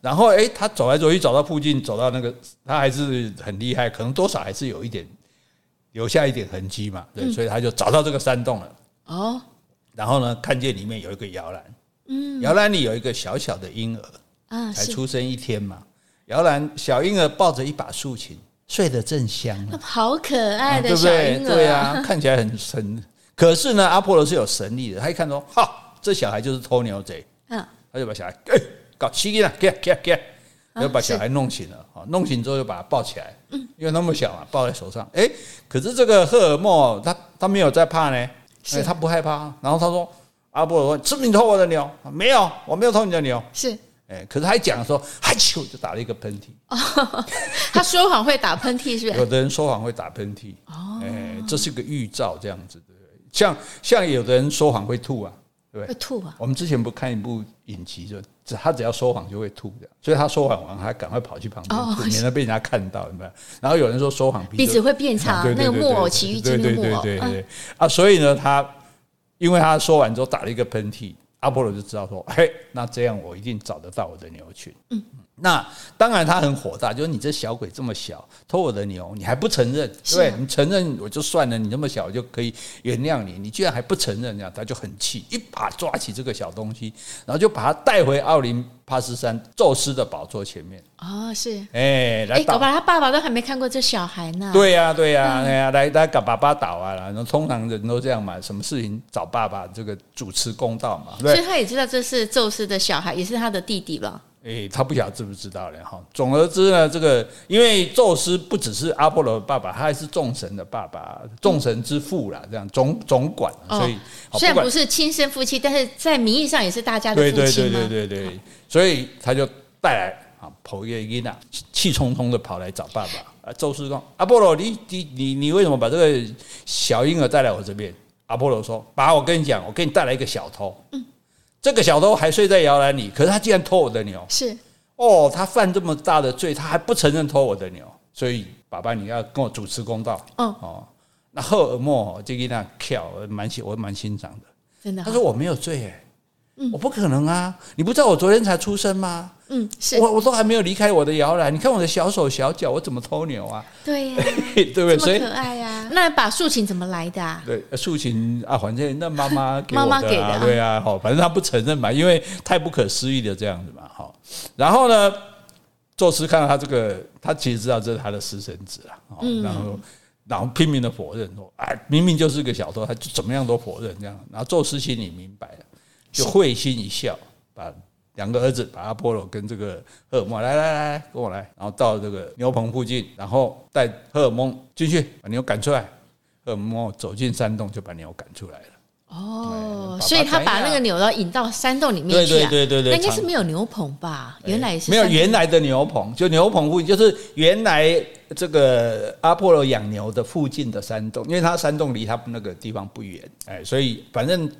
Speaker 1: 然后诶，他走来走去，走到附近，走到那个，他还是很厉害，可能多少还是有一点留下一点痕迹嘛，
Speaker 2: 嗯
Speaker 1: 对，所以他就找到这个山洞了。
Speaker 2: 哦，
Speaker 1: 然后呢，看见里面有一个摇篮，嗯，摇篮里有一个小小的婴儿，
Speaker 2: 啊，
Speaker 1: 才
Speaker 2: 是，
Speaker 1: 出生一天嘛。摇篮小婴儿抱着一把竖琴，睡得正香啊呢。
Speaker 2: 好可爱
Speaker 1: 对
Speaker 2: 的
Speaker 1: 不
Speaker 2: 哎小
Speaker 1: 对？
Speaker 2: 婴儿、
Speaker 1: 对啊，看起来很神。可是呢，阿波罗是有神力的，他一看说：“哈，这小孩就是偷牛贼。
Speaker 2: 嗯，”
Speaker 1: 他就把小孩哎搞起来，给给给，
Speaker 2: 啊嗯
Speaker 1: 要把小孩弄醒了。啊，弄醒之后就把他抱起来，因为那么小嘛，啊抱在手上。哎，可是这个赫尔墨他他没有在怕呢，
Speaker 2: 是
Speaker 1: 哎他不害怕。然后他说：“阿波罗说，是不是你偷我的牛？没有，我没有偷你的牛。”
Speaker 2: 是。
Speaker 1: 哎，可是他一讲说，哈啾，就打了一个喷嚏。
Speaker 2: 他说谎会打喷嚏，是不
Speaker 1: 有
Speaker 2: 是？
Speaker 1: 的人说谎会打喷嚏，哦，哎，这是个预兆，这样子，对不对？像像有的人说谎会吐啊，对不
Speaker 2: 会
Speaker 1: 对？
Speaker 2: 吐啊！
Speaker 1: 我们之前不看一部影集，就只他只要说谎就会吐的，所以他说谎完，他赶快跑去旁边
Speaker 2: 哦
Speaker 1: 吐，免得被人家看到，有没有？然后有人说说谎
Speaker 2: 鼻
Speaker 1: 就
Speaker 2: 子会变长
Speaker 1: 啊对，对
Speaker 2: 啊那个
Speaker 1: 对
Speaker 2: 木
Speaker 1: 对
Speaker 2: 偶
Speaker 1: 对
Speaker 2: 奇遇
Speaker 1: 对
Speaker 2: 记那
Speaker 1: 对
Speaker 2: 个木
Speaker 1: 对
Speaker 2: 偶，
Speaker 1: 对
Speaker 2: 嗯，
Speaker 1: 对啊，所以呢，他因为他说完之后打了一个喷嚏，阿波罗就知道说，嘿，那这样我一定找得到我的牛群。嗯，那当然他很火大，就是你这小鬼这么小，偷我的牛，你还不承认？
Speaker 2: 是啊
Speaker 1: 对，你承认我就算了，你这么小我就可以原谅你，你居然还不承认，这样他就很气，一把抓起这个小东西，然后就把它带回奥林帕斯山宙斯的宝座前面，
Speaker 2: 哦，是。
Speaker 1: 哎，来
Speaker 2: 哎，
Speaker 1: 到
Speaker 2: 搞不好他爸爸都还没看过这小孩呢。
Speaker 1: 对呀、对呀、
Speaker 2: 嗯
Speaker 1: 哎呀、来来搞爸爸倒啊！然后通常人都这样嘛，什么事情找爸爸这个主持公道嘛，
Speaker 2: 所
Speaker 1: 对
Speaker 2: 以。他也知道这是宙斯的小孩，也是他的弟弟了。
Speaker 1: 诶、哎他不晓得知不知道了哈。总而之呢，这个因为宙斯不只是阿波罗的爸爸，他还是众神的爸爸，众神之父啦，这样总总管，啊
Speaker 2: 哦
Speaker 1: 所以、好
Speaker 2: 虽然
Speaker 1: 不管
Speaker 2: 不是亲生夫妻，但是在名义上也是大家的
Speaker 1: 对
Speaker 2: 父
Speaker 1: 对
Speaker 2: 亲
Speaker 1: 对
Speaker 2: 嘛。
Speaker 1: 对对对，所以他就带来啊，跑耶伊娜气冲冲的跑来找爸爸。啊，宙斯说：“阿波罗，你你你你为什么把这个小婴儿带来我这边？”啊阿波罗说：“爸，我跟你讲，我给你带来一个小偷。嗯，这个小偷还睡在摇篮里，可是他竟然偷我的牛。
Speaker 2: 是
Speaker 1: 哦，他犯这么大的罪，他还不承认偷我的牛，所以爸爸你要跟我主持公道。
Speaker 2: 嗯
Speaker 1: 哦，那赫尔墨这个那跳，我蛮欣我蛮欣赏的。
Speaker 2: 真的
Speaker 1: 他
Speaker 2: 哦。
Speaker 1: 说我没有罪哎、我不可能啊！你不知道我昨天才出生吗？
Speaker 2: 嗯，是
Speaker 1: 我我都还没有离开我的摇篮，你看我的小手小脚，我怎么偷牛啊？
Speaker 2: 对呀，
Speaker 1: 对不对？
Speaker 2: 这
Speaker 1: 所
Speaker 2: 么
Speaker 1: 以
Speaker 2: 可爱呀。那把竖琴怎么来的啊？
Speaker 1: 对竖琴啊，反正那妈 妈给我
Speaker 2: 妈
Speaker 1: 的、啊，
Speaker 2: 妈给的啊
Speaker 1: 对啊，好，反正他不承认嘛，因为太不可思议的这样子嘛，好。然后呢，宙斯看到他这个，他其实知道这是他的私生子啊，哦
Speaker 2: 嗯
Speaker 1: 然后然后拼命的否认说，哎，明明就是个小偷，他就怎么样都否认这样。然后宙斯心里明白了，就会心一笑，把两个儿子，把阿波罗跟这个赫尔墨，来来来来，跟我来，然后到这个牛棚附近，然后带赫尔蒙进去，把牛赶出来。赫尔墨走进山洞，就把牛赶出来了。
Speaker 2: 哦
Speaker 1: 对，
Speaker 2: 所以他把那个牛刀引到山洞里面去啊。
Speaker 1: 对对对对对哎
Speaker 2: 那应该是没有牛棚吧？原来也是
Speaker 1: 没有
Speaker 2: 山洞
Speaker 1: 原来的牛棚，就牛棚附近，就是原来这个阿波罗养牛的附近的山洞，因为他山洞离他那个地方不远，哎，所以反正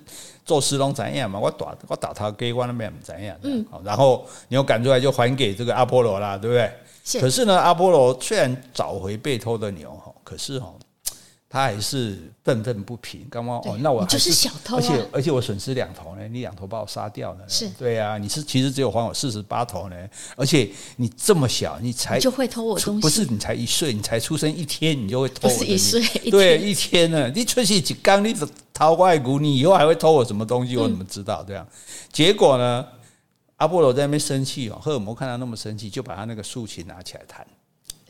Speaker 1: 宙斯龙怎样嘛，我打我打他给我那边怎样，嗯，然后牛赶出来就还给这个阿波罗啦，对不对？
Speaker 2: 是
Speaker 1: 可是呢，阿波罗虽然找回被偷的牛哈，可是哈，他还是愤愤不平。刚刚
Speaker 2: 对
Speaker 1: 哦，那我
Speaker 2: 你
Speaker 1: 还
Speaker 2: 就是小偷啊
Speaker 1: 而且而且我损失两头呢，你两头把我杀掉了呢，
Speaker 2: 是
Speaker 1: 对啊，你是其实只有还我四十八头呢，而且你这么小，你才
Speaker 2: 你就会偷我
Speaker 1: 出
Speaker 2: 东西，
Speaker 1: 不是你才一岁，你才出生一天，你就会偷
Speaker 2: 不
Speaker 1: 我的
Speaker 2: 是
Speaker 1: 牛
Speaker 2: 一岁，一
Speaker 1: 对，
Speaker 2: 天
Speaker 1: 一天呢，你出去几缸，你掏外骨，你以后还会偷我什么东
Speaker 2: 嗯
Speaker 1: 西？我怎么知道？这样，结果呢，阿波罗在那边生气哦，赫尔蒙看他那么生气，就把他那个竖琴拿起来弹。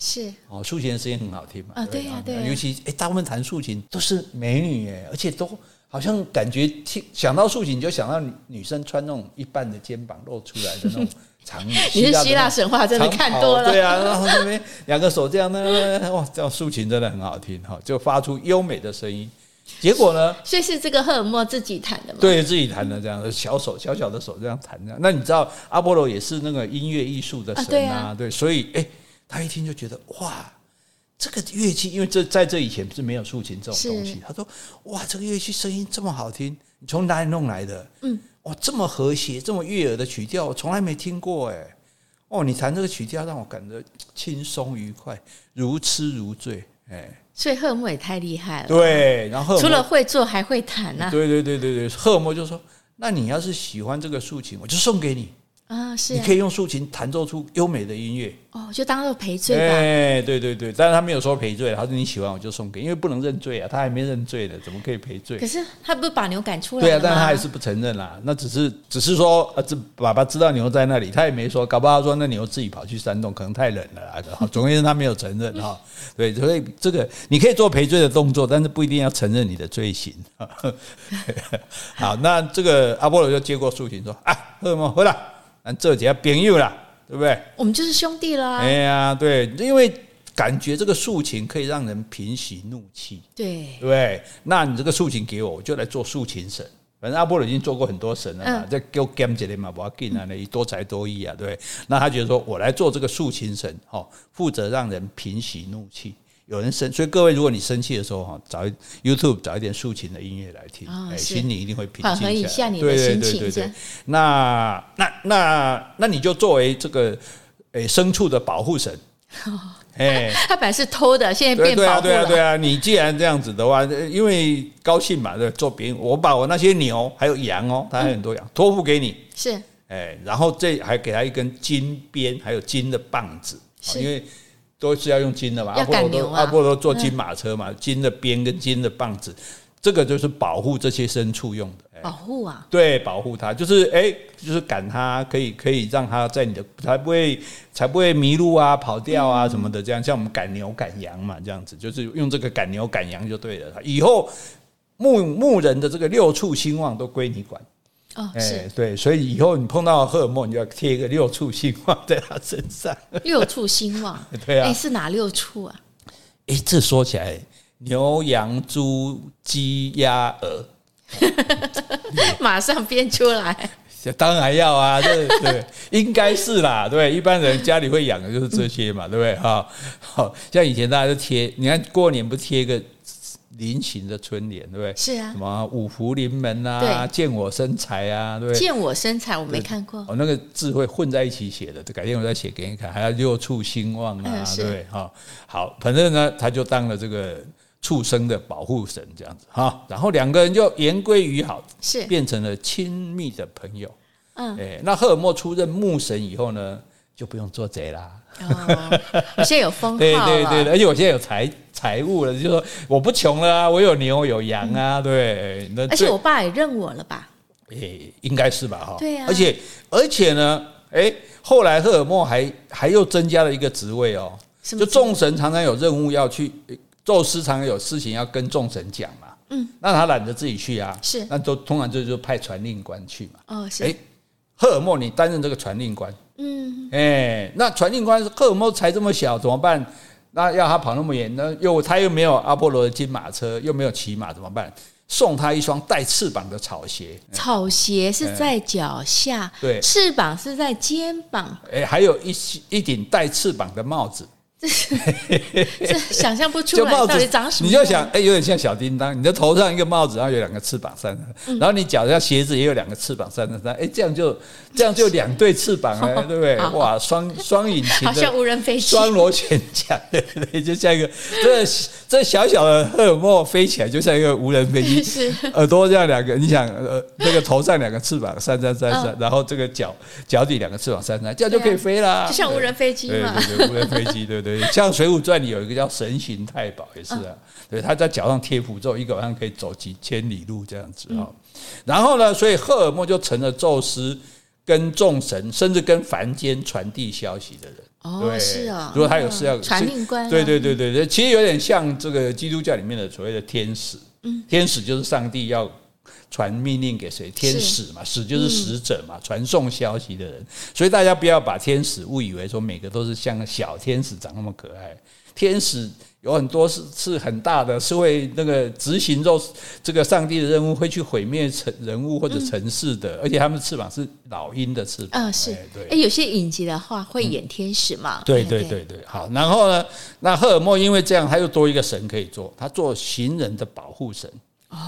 Speaker 2: 是
Speaker 1: 哦，竖琴的声音很好听嘛。
Speaker 2: 啊
Speaker 1: 不哦
Speaker 2: 对呀对呀
Speaker 1: 尤其哎，大部分弹竖琴都是美女哎，而且都好像感觉听想到竖琴就想到女女生穿那种一半的肩膀露出来的那 种长你
Speaker 2: 你是希腊神话真的看多了，
Speaker 1: 对啊，然后那边两个手这样呢，哇，这样竖琴真的很好听哈，就发出优美的声音。结果呢，
Speaker 2: 所以是这个赫尔墨自己弹的嘛？
Speaker 1: 对自己弹的这样小手小小的手这样弹这样。那你知道阿波罗也是那个音乐艺术的神
Speaker 2: 啊对
Speaker 1: 啊
Speaker 2: 啊
Speaker 1: 对，所以哎、他一听就觉得哇。这个乐器，因为这在这以前是没有竖琴这种东西
Speaker 2: 是。
Speaker 1: 他说：“哇，这个乐器声音这么好听，你从哪里弄来的？嗯，哇，这么和谐，这么悦耳的曲调，我从来没听过哎。哦，你弹这个曲调让我感觉轻松愉快，如痴如醉。哎，
Speaker 2: 所以赫尔墨也太厉害了，
Speaker 1: 对，然后
Speaker 2: 除了会做还会弹啊呐、
Speaker 1: 对对对对对，赫尔墨就说：“那你要是喜欢这个竖琴，我就送给你，
Speaker 2: 啊。是
Speaker 1: 你
Speaker 2: 啊
Speaker 1: 可，以用竖琴弹奏出优美的音乐。
Speaker 2: 哦，就当做赔罪吧。
Speaker 1: 哎，对对对，但是他没有说赔罪，他说你喜欢我就送给你，因为不能认罪啊，他还没认罪呢，怎么可以赔罪
Speaker 2: 可？是他不是把牛赶出来
Speaker 1: 对
Speaker 2: 了
Speaker 1: 啊
Speaker 2: 吗？，
Speaker 1: 但他还是不承认啦。那只是只是说，呃，这爸爸知道牛在那里，他也没说，搞不好他说那牛自己跑去山洞，可能太冷了啦。好总而言之，他没有承认哈。对，所以这个你可以做赔罪的动作，但是不一定要承认你的罪行。 好，那这个阿波罗就接过竖琴说：“啊，赫尔墨回来，咱这几下朋友啦，对不对？”
Speaker 2: 我们就是兄弟啊啦、
Speaker 1: 哎呀，对，因为感觉这个竖琴可以让人平息怒气，
Speaker 2: 对，
Speaker 1: 对，那你这个竖琴给我，我就来做竖琴神。反正阿波罗已经做过很多神了嘛，
Speaker 2: 嗯
Speaker 1: 再给我 game 几嘛，我要给啊，那多才多艺啊，对不对。那他觉得说我来做这个竖琴神，哦，负责让人平息怒气。有人生，所以各位，如果你生气的时候哈，找一 YouTube 找一点竖琴的音乐来听，
Speaker 2: 哦
Speaker 1: 哎，
Speaker 2: 是
Speaker 1: 心里一定会平
Speaker 2: 缓
Speaker 1: 静
Speaker 2: 和一
Speaker 1: 下
Speaker 2: 下
Speaker 1: 来。
Speaker 2: 你的
Speaker 1: 对对
Speaker 2: 心
Speaker 1: 对
Speaker 2: 情
Speaker 1: 对
Speaker 2: 这
Speaker 1: 对
Speaker 2: 样。
Speaker 1: 那那那那你就作为这个诶牲畜的保护神， 哎，
Speaker 2: 他本来是偷的，现在
Speaker 1: 对
Speaker 2: 变
Speaker 1: 对啊，
Speaker 2: 保护
Speaker 1: 对啊，
Speaker 2: 了。
Speaker 1: 对啊！你既然这样子的话，呃因为高兴嘛，对，做别人，我把我那些牛还有羊哦，他还有很多
Speaker 2: 嗯
Speaker 1: 羊，托付给你，
Speaker 2: 是
Speaker 1: 哎，然后这还给他一根金鞭，还有金的棒子，哦
Speaker 2: 是
Speaker 1: 因为都是要用金的嘛。
Speaker 2: 要
Speaker 1: 阿波罗
Speaker 2: 赶
Speaker 1: 都
Speaker 2: 牛啊
Speaker 1: 阿波罗坐金马车嘛，金的鞭跟金的棒子，这个就是保护这些牲畜用的。哎
Speaker 2: 保护啊，
Speaker 1: 对，保护它就是哎、就是赶它，可以可以让它在你的才不会才不会迷路啊、跑掉
Speaker 2: 嗯
Speaker 1: 啊什么的，这样像我们赶牛赶羊嘛，这样子就是用这个赶牛赶羊就对了。以后牧牧人的这个六畜兴旺都归你管，
Speaker 2: 哦，
Speaker 1: 哎、
Speaker 2: 是
Speaker 1: 对，所以以后你碰到赫尔墨，你就要贴一个六畜兴旺在他身上。。
Speaker 2: 六畜兴旺
Speaker 1: 对啊
Speaker 2: 哎，是哪六畜啊？
Speaker 1: 哎、这说起来，牛、羊、猪、鸡、鸭、鹅。
Speaker 2: 马上编出来。
Speaker 1: 当然要啊， 这对，应该是啦，对，一般人家里会养的就是这些嘛，
Speaker 2: 嗯
Speaker 1: 对不对？哈，好像以前大家都贴，你看过年不贴一个菱形的春联，对不对？
Speaker 2: 是啊
Speaker 1: 什，么五福临门啊，见我生财啊，对不对？
Speaker 2: 见我身材我没看过，
Speaker 1: 哦，那个字会混在一起写的，改天我再写给你看。还要六畜兴旺啊
Speaker 2: 嗯，是
Speaker 1: 对不对？哈，好，反正呢，他就当了这个畜生的保护神这样子哈。然后两个人就言归于好，
Speaker 2: 是
Speaker 1: 变成了亲密的朋友。
Speaker 2: 嗯，
Speaker 1: 哎，那赫尔墨出任牧神以后呢，就不用做贼啦。
Speaker 2: 哦，我现在有封号
Speaker 1: 对对
Speaker 2: 了。
Speaker 1: 对，而且我现在有财财务了，就是说我不穷了啊，我有牛有羊啊，对，那
Speaker 2: 嗯而且
Speaker 1: 最
Speaker 2: 我爸也认我了吧？
Speaker 1: 诶，应该是吧，哈。
Speaker 2: 对啊
Speaker 1: 而且而且呢，诶，后来赫尔墨还还又增加了一个职位哦，
Speaker 2: 什么
Speaker 1: 就
Speaker 2: 职
Speaker 1: 众神常常有任务要去，诶宙斯常常有事情要跟众神讲嘛。嗯，那他懒得自己去啊，
Speaker 2: 是
Speaker 1: 那都通常就就派传令官去嘛。
Speaker 2: 哦，是
Speaker 1: 诶，哎赫尔墨你担任这个传令官，
Speaker 2: 嗯，
Speaker 1: 哎、那传令官赫尔墨才这么小，怎么办？那要他跑那么远，那又他又没有阿波罗的金马车，又没有骑马，怎么办？送他一双带翅膀的草鞋，
Speaker 2: 草鞋是在脚下，
Speaker 1: 对
Speaker 2: 翅膀是在肩膀，
Speaker 1: 哎、还有一一顶带翅膀的帽子，
Speaker 2: 这想象不出
Speaker 1: 就
Speaker 2: 来
Speaker 1: 帽
Speaker 2: 到
Speaker 1: 子
Speaker 2: 底长什么
Speaker 1: 你
Speaker 2: 样。
Speaker 1: 就想，哎、有点像小叮当，你的头上一个帽子，然后有两个翅膀扇着，
Speaker 2: 嗯
Speaker 1: 然后你脚下鞋子也有两个翅膀扇着扇，哎、这样就这样就两对翅膀 了，对不对？哇，双双引擎
Speaker 2: 好
Speaker 1: 的
Speaker 2: 像无人飞机，
Speaker 1: 双螺旋桨，对对对，就像一个这这小小的赫尔墨飞起来，就像一个无人飞机，
Speaker 2: 是
Speaker 1: 耳朵这样两个，你想呃那个头上两个翅膀扇扇扇
Speaker 2: 嗯
Speaker 1: 扇，然后这个脚脚底两个翅膀扇扇，这样就可以飞啦，
Speaker 2: 啊就像无人飞机
Speaker 1: 对
Speaker 2: 嘛。
Speaker 1: 对对，无人飞机，对对，对像《水浒传》里有一个叫神行太保，也是啊，
Speaker 2: 嗯
Speaker 1: 对，他在脚上贴符咒，一个晚上可以走几千里路这样子
Speaker 2: 嗯
Speaker 1: 啊、然后呢，所以赫尔墨就成了宙斯跟众神，甚至跟凡间传递消息的人。
Speaker 2: 哦
Speaker 1: 对
Speaker 2: 是哦
Speaker 1: 如果他有事要
Speaker 2: 嗯传令官啊
Speaker 1: 对对对对对，其实有点像这个基督教里面的所谓的天使。嗯，天使就是上帝要传命令给谁？天使嘛，使就是嗯使者嘛，传送消息的人。所以大家不要把天使误以为说每个都是像小天使长那么可爱，天使。有很多是是很大的，是会那个执行肉这个上帝的任务，会去毁灭城人物或者城市的，而且他们翅膀是老鹰的翅膀。
Speaker 2: 嗯，是
Speaker 1: 哎，对嗯
Speaker 2: 哎，有些影集的话会演天使嘛？
Speaker 1: 对
Speaker 2: 哎
Speaker 1: 对对对，好，然后呢，那赫尔墨因为这样，他又多一个神可以做，他做行人的保护神，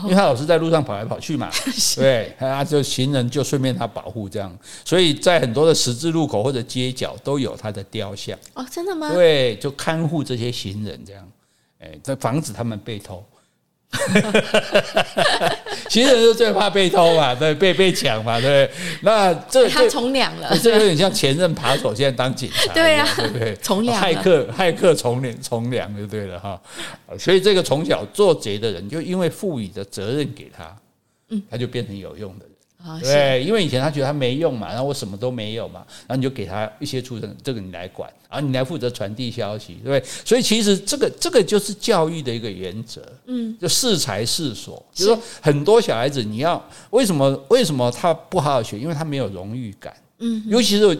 Speaker 1: 因为他老是在路上跑来跑去 嘛，对，他就行人就顺便他保护这样，所以在很多的十字路口或者街角都有他的雕像，
Speaker 2: 哦，真的吗？
Speaker 1: 对，就看护这些行人这样，哎，这防止他们被 偷。行人就最怕被偷嘛，对，被被抢嘛，对。那这
Speaker 2: 哎他
Speaker 1: 这
Speaker 2: 从良了，
Speaker 1: 这有点像前任扒手，现在当警察一样，
Speaker 2: 对啊
Speaker 1: 对不对？
Speaker 2: 从良了
Speaker 1: 骇客，骇客从良，从良就对了哈。呃所以这个从小做贼的人，就因为赋予的责任给他，嗯，他就变成有用的人。
Speaker 2: 啊，是
Speaker 1: 对，因为以前他觉得他没用嘛，然后我什么都没有嘛，然后你就给他一些出生，这个你来管，然后你来负责传递消息，对不对？所以其实这个这个就是教育的一个原则，嗯，就适才适所，就是说很多小孩子你要为什么为什么他不好好学，因为他没有荣誉感，嗯，尤其是有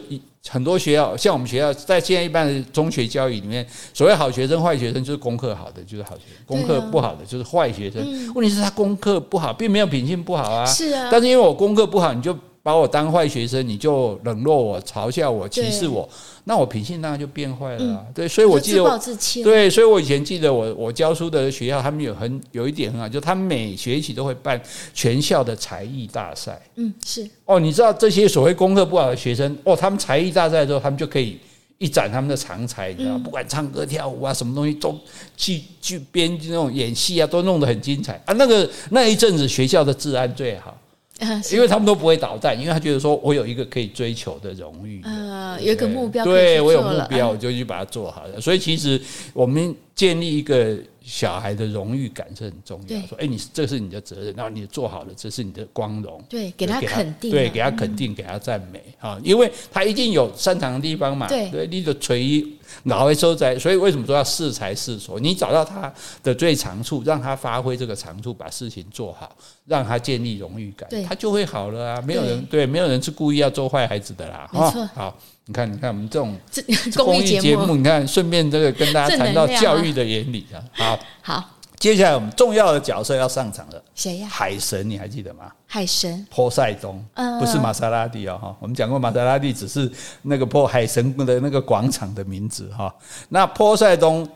Speaker 1: 很多学校，像我们学校在现在一般的中学教育里面，所谓好学生、坏学生，就是功课好的就是好学生，功课
Speaker 2: 对啊嗯
Speaker 1: 不好的就是坏学生。问题是他功课不好，并没有品性不好啊，
Speaker 2: 是啊，
Speaker 1: 但是因为我功课不好，你就把我当坏学生，你就冷落我、嘲笑我、
Speaker 2: 对
Speaker 1: 歧视我，那我品性当然就变坏了、啊。对，所以我记得
Speaker 2: 就自暴
Speaker 1: 我。
Speaker 2: 自弃了，
Speaker 1: 对，所以我以前记得我我教书的学校，他们有很有一点很好，就他们每学期都会办全校的才艺大赛。
Speaker 2: 嗯，是
Speaker 1: 哦，你知道这些所谓功课不好的学生，哦，他们才艺大赛的时候，他们就可以一展他们的长才，你知道，不管唱歌、跳舞啊，什么东西都去去编那种演戏啊，都弄得很精彩啊。那个那一阵子学校的治安最好。
Speaker 2: 啊，
Speaker 1: 因
Speaker 2: 是
Speaker 1: 为他们都不会捣蛋，因为他觉得说我有一个可以追求的荣誉，
Speaker 2: 呃，有一个目标可以去
Speaker 1: 对我有
Speaker 2: 做
Speaker 1: 目
Speaker 2: 了
Speaker 1: 标，我就去把它做好。所以其实我们建立一个小孩的荣誉感是很重要
Speaker 2: 对。
Speaker 1: 说，哎，你这是你的责任，然后你做好了，这是你的光荣。
Speaker 2: 对，给他肯定啊，
Speaker 1: 对，给他肯定，给他赞美啊，因为他一定有擅长的地方嘛，
Speaker 2: 对
Speaker 1: 你的锤老会收窄，所以为什么说要适才适所？你找到他的最长处，让他发挥这个长处，把事情做好，让他建立荣誉感
Speaker 2: 对，
Speaker 1: 他就会好了啊。没有人对，没有人是故意要做坏孩子的啦，
Speaker 2: 没
Speaker 1: 哈
Speaker 2: 错
Speaker 1: 好，你看，你看我们这种
Speaker 2: 这
Speaker 1: 公
Speaker 2: 公益
Speaker 1: 益
Speaker 2: 节
Speaker 1: 节
Speaker 2: 目
Speaker 1: 目，你看顺便这个跟大家
Speaker 2: 正
Speaker 1: 谈
Speaker 2: 能
Speaker 1: 到
Speaker 2: 量啊
Speaker 1: 教育的原理啊。好，
Speaker 2: 好，
Speaker 1: 接下来我们重要的角色要上场了，
Speaker 2: 谁呀？
Speaker 1: 海神，你还记得吗？
Speaker 2: 海神
Speaker 1: 波塞冬
Speaker 2: 嗯，
Speaker 1: 不是玛莎拉蒂哦，哈，我们讲过玛莎拉蒂只是那个波海神的那个广场的名字哈。那波塞冬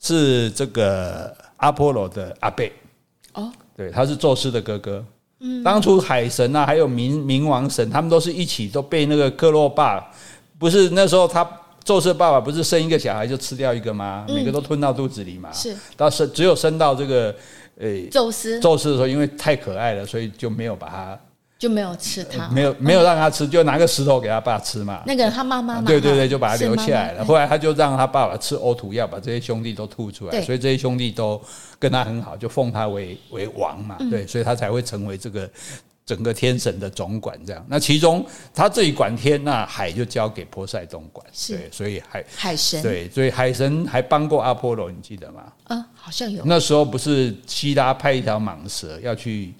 Speaker 1: 是这个阿波罗的阿贝，
Speaker 2: 哦，
Speaker 1: 对，他是宙斯的哥哥。嗯，当初海神啊，还有冥冥王神，他们都是一起都被那个克洛霸，不是那时候他宙斯爸爸不是生一个小孩就吃掉一个吗？每个都吞到肚子里嘛，
Speaker 2: 嗯是
Speaker 1: 到生只有生到这个呃
Speaker 2: 宙斯
Speaker 1: 宙斯的时候，因为太可爱了，所以就没有把他。
Speaker 2: 就没有吃他，
Speaker 1: 没有没有让他吃，就拿个石头给他爸吃嘛。
Speaker 2: 啊
Speaker 1: 啊
Speaker 2: 哦那个他妈妈嘛，
Speaker 1: 对对
Speaker 2: 哈
Speaker 1: 对，就把他留下来。
Speaker 2: 是
Speaker 1: 了。
Speaker 2: 妈妈
Speaker 1: 后来他就让他爸爸吃呕吐药，把这些兄弟都吐出来，
Speaker 2: 对
Speaker 1: 所以这些兄弟都跟他很好，就奉他为为王
Speaker 2: 嗯
Speaker 1: 嘛。对，所以他才会成为这个整个天神的总管这样。那其中他自己管天，那海就交给波塞冬管。
Speaker 2: 是
Speaker 1: 对，所以海
Speaker 2: 海神，
Speaker 1: 对，所以海神还帮过阿波罗，你记得吗？
Speaker 2: 嗯，好像有，
Speaker 1: 那时候不是希拉派一条蟒蛇要去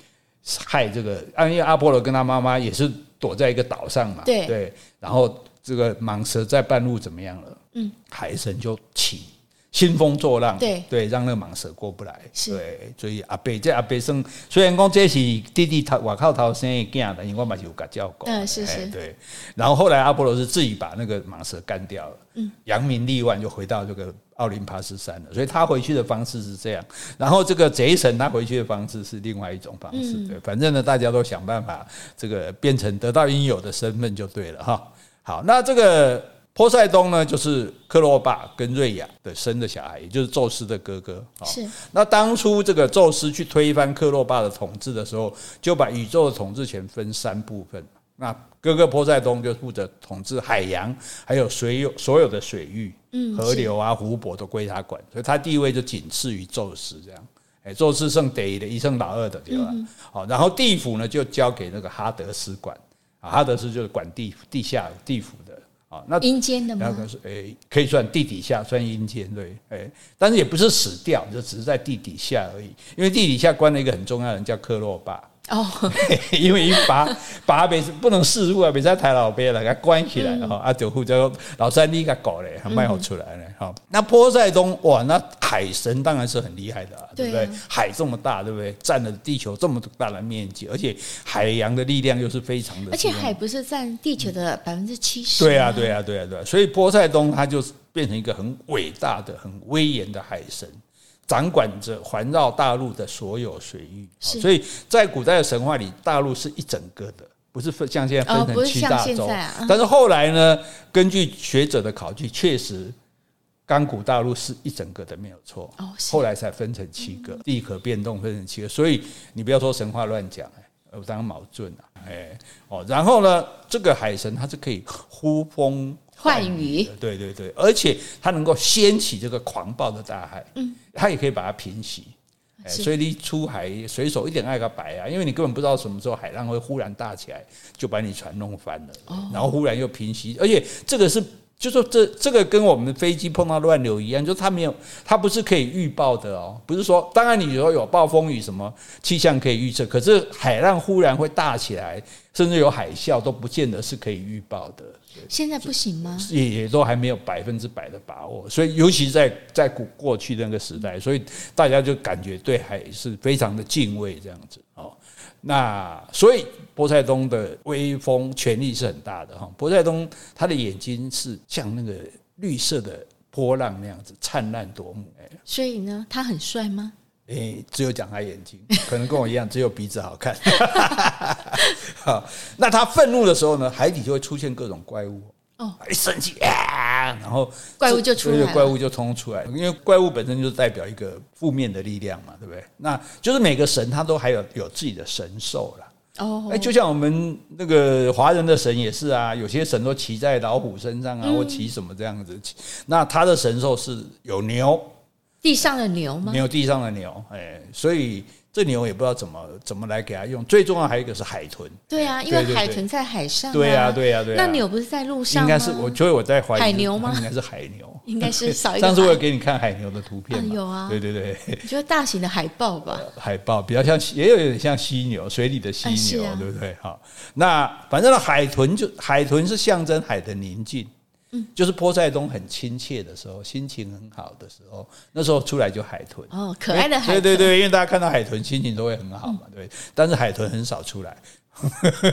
Speaker 1: 害这个，啊，因为阿波罗跟他妈妈也是躲在一个岛上嘛，
Speaker 2: 对
Speaker 1: 然后这个蟒蛇在半路怎么样了？嗯，海神就起兴风作浪，
Speaker 2: 对
Speaker 1: 对，让那个蟒蛇过不来，
Speaker 2: 是
Speaker 1: 对，所以阿伯这阿伯生虽然讲这是弟弟他外靠头生的囝，但是我嘛是有甲照顾，
Speaker 2: 嗯是是
Speaker 1: 哎对。然后后来阿波罗是自己把那个蟒蛇干掉了，
Speaker 2: 嗯
Speaker 1: 扬名立万就回到这个奥林帕斯山了。所以他回去的方式是这样，然后这个贼神他回去的方式是另外一种方式，
Speaker 2: 嗯
Speaker 1: 对，反正呢大家都想办法这个变成得到应有的身份就对了哈。好，那这个波塞冬呢，就是克洛霸跟瑞亚的生的小孩，也就是宙斯的哥哥。好
Speaker 2: 是
Speaker 1: 那当初这个宙斯去推翻克洛霸的统治的时候，就把宇宙的统治权分三部分。那哥哥波塞冬就负责统治海洋，还有水有所有的水域，
Speaker 2: 嗯
Speaker 1: 河流啊、湖泊都归他管，所以他地位就仅次于宙斯这样。哎，宙斯剩得一的，一剩老二的，对吧？好、然后地府呢就交给那个哈德斯管，啊，哈德斯就是管地地下地府的。啊，那
Speaker 2: 阴间的
Speaker 1: 那
Speaker 2: 吗？
Speaker 1: 个是诶、可以算地底下，算阴间对，诶、但是也不是死掉，就只是在地底下而已。因为地底下关了一个很重要的人叫克洛巴，
Speaker 2: 哦，
Speaker 1: 因为一拔拔被不能示入啊，被在抬老边了，给它关起来了哈，啊，就负责老三你个搞嘞，卖好出来了哈。那波塞冬哇，那海神当然是很厉害的、啊，对不对？
Speaker 2: 对啊
Speaker 1: 海这么大，对不对？占了地球这么大的面积，而且海洋的力量又是非常的，
Speaker 2: 而且海不是占地球的百分之七
Speaker 1: 嗯
Speaker 2: 十？
Speaker 1: 对啊，对啊，对啊，对啊，所以波塞冬他就变成一个很伟大的、很威严的海神，掌管着环绕大陆的所有水域。
Speaker 2: 是
Speaker 1: 所以在古代的神话里，大陆是一整个的，不是分像现在
Speaker 2: 哦
Speaker 1: 分
Speaker 2: 不
Speaker 1: 成
Speaker 2: 是
Speaker 1: 七
Speaker 2: 像
Speaker 1: 大
Speaker 2: 现
Speaker 1: 洲。
Speaker 2: 在啊嗯
Speaker 1: 但是后来呢，根据学者的考据，确实。刚古大陆是一整个的，没有错。
Speaker 2: 哦是嗯
Speaker 1: 后来才分成七个，地壳变动分成七个，所以你不要说神话乱讲，哎，呃我当矛盾啊，哎，哦，然后呢，这个海神它是可以呼风
Speaker 2: 幻鱼
Speaker 1: 的，对对对，而且它能够掀起这个狂暴的大海，嗯，它也可以把它平息。哎
Speaker 2: 是
Speaker 1: 所以你出海，水手一点爱个白啊，因为你根本不知道什么时候海浪会忽然大起来，就把你船弄翻了，然后忽然又平息，而且这个是。就说这这个跟我们的飞机碰到乱流一样，就它没有，它不是可以预报的哦，不是说，当然你说有暴风雨什么气象可以预测，可是海浪忽然会大起来，甚至有海啸都不见得是可以预报的。
Speaker 2: 现在不行吗？
Speaker 1: 也也都还没有百分之百的把握，所以尤其在在古过去那个时代，所以大家就感觉对海是非常的敬畏这样子哦。那所以波塞冬的威风权力是很大的哈、波塞冬他的眼睛是像那个绿色的波浪那样子灿烂夺目，哎、
Speaker 2: 所以呢，他很帅吗？
Speaker 1: 诶、哎只有讲他眼睛， 可能跟我一样，只有鼻子好看。 好，那他愤怒的时候呢，海底就会出现各种怪物。
Speaker 2: 哦，
Speaker 1: 一生气啊，然后
Speaker 2: 怪物就出来了
Speaker 1: 对怪物就冲出来，因为怪物本身就是代表一个负面的力量嘛，对不对？那就是每个神他都还有有自己的神兽啦。
Speaker 2: 哦，
Speaker 1: 哎、就像我们那个华人的神也是啊，有些神都骑在老虎身上啊，
Speaker 2: 嗯
Speaker 1: 或骑什么这样子。骑那他的神兽是有牛，
Speaker 2: 地上的牛吗？
Speaker 1: 牛地上的牛，哎、所以这牛也不知道怎么怎么来给它用。最重要还有一个是海豚，
Speaker 2: 对啊，因
Speaker 1: 对
Speaker 2: 为
Speaker 1: 对
Speaker 2: 海
Speaker 1: 对
Speaker 2: 豚在海上、啊
Speaker 1: 对呀、对啊呀、对呀、
Speaker 2: 嗯那牛不是在路上
Speaker 1: 应
Speaker 2: 吗？
Speaker 1: 该是我，所以我在怀疑
Speaker 2: 海牛吗
Speaker 1: 它应该是海牛。
Speaker 2: 应该是少一个海。
Speaker 1: 上次我有给你看海牛的图片嘛
Speaker 2: 嗯有啊
Speaker 1: 对对对，
Speaker 2: 你觉得大型的海豹吧？
Speaker 1: 海豹比较像，也有点像犀牛，水里的犀
Speaker 2: 哎是
Speaker 1: 牛，
Speaker 2: 啊
Speaker 1: 对不对？好，那反正海豚就海豚是象征海的宁静，嗯，就是波塞冬很亲切的时候，心情很好的时候，那时候出来就海豚。
Speaker 2: 哦，可爱的海豚，
Speaker 1: 哎
Speaker 2: 嗯
Speaker 1: 对对对，因为大家看到海豚心情都会很好嘛，对。但是海豚很少出来，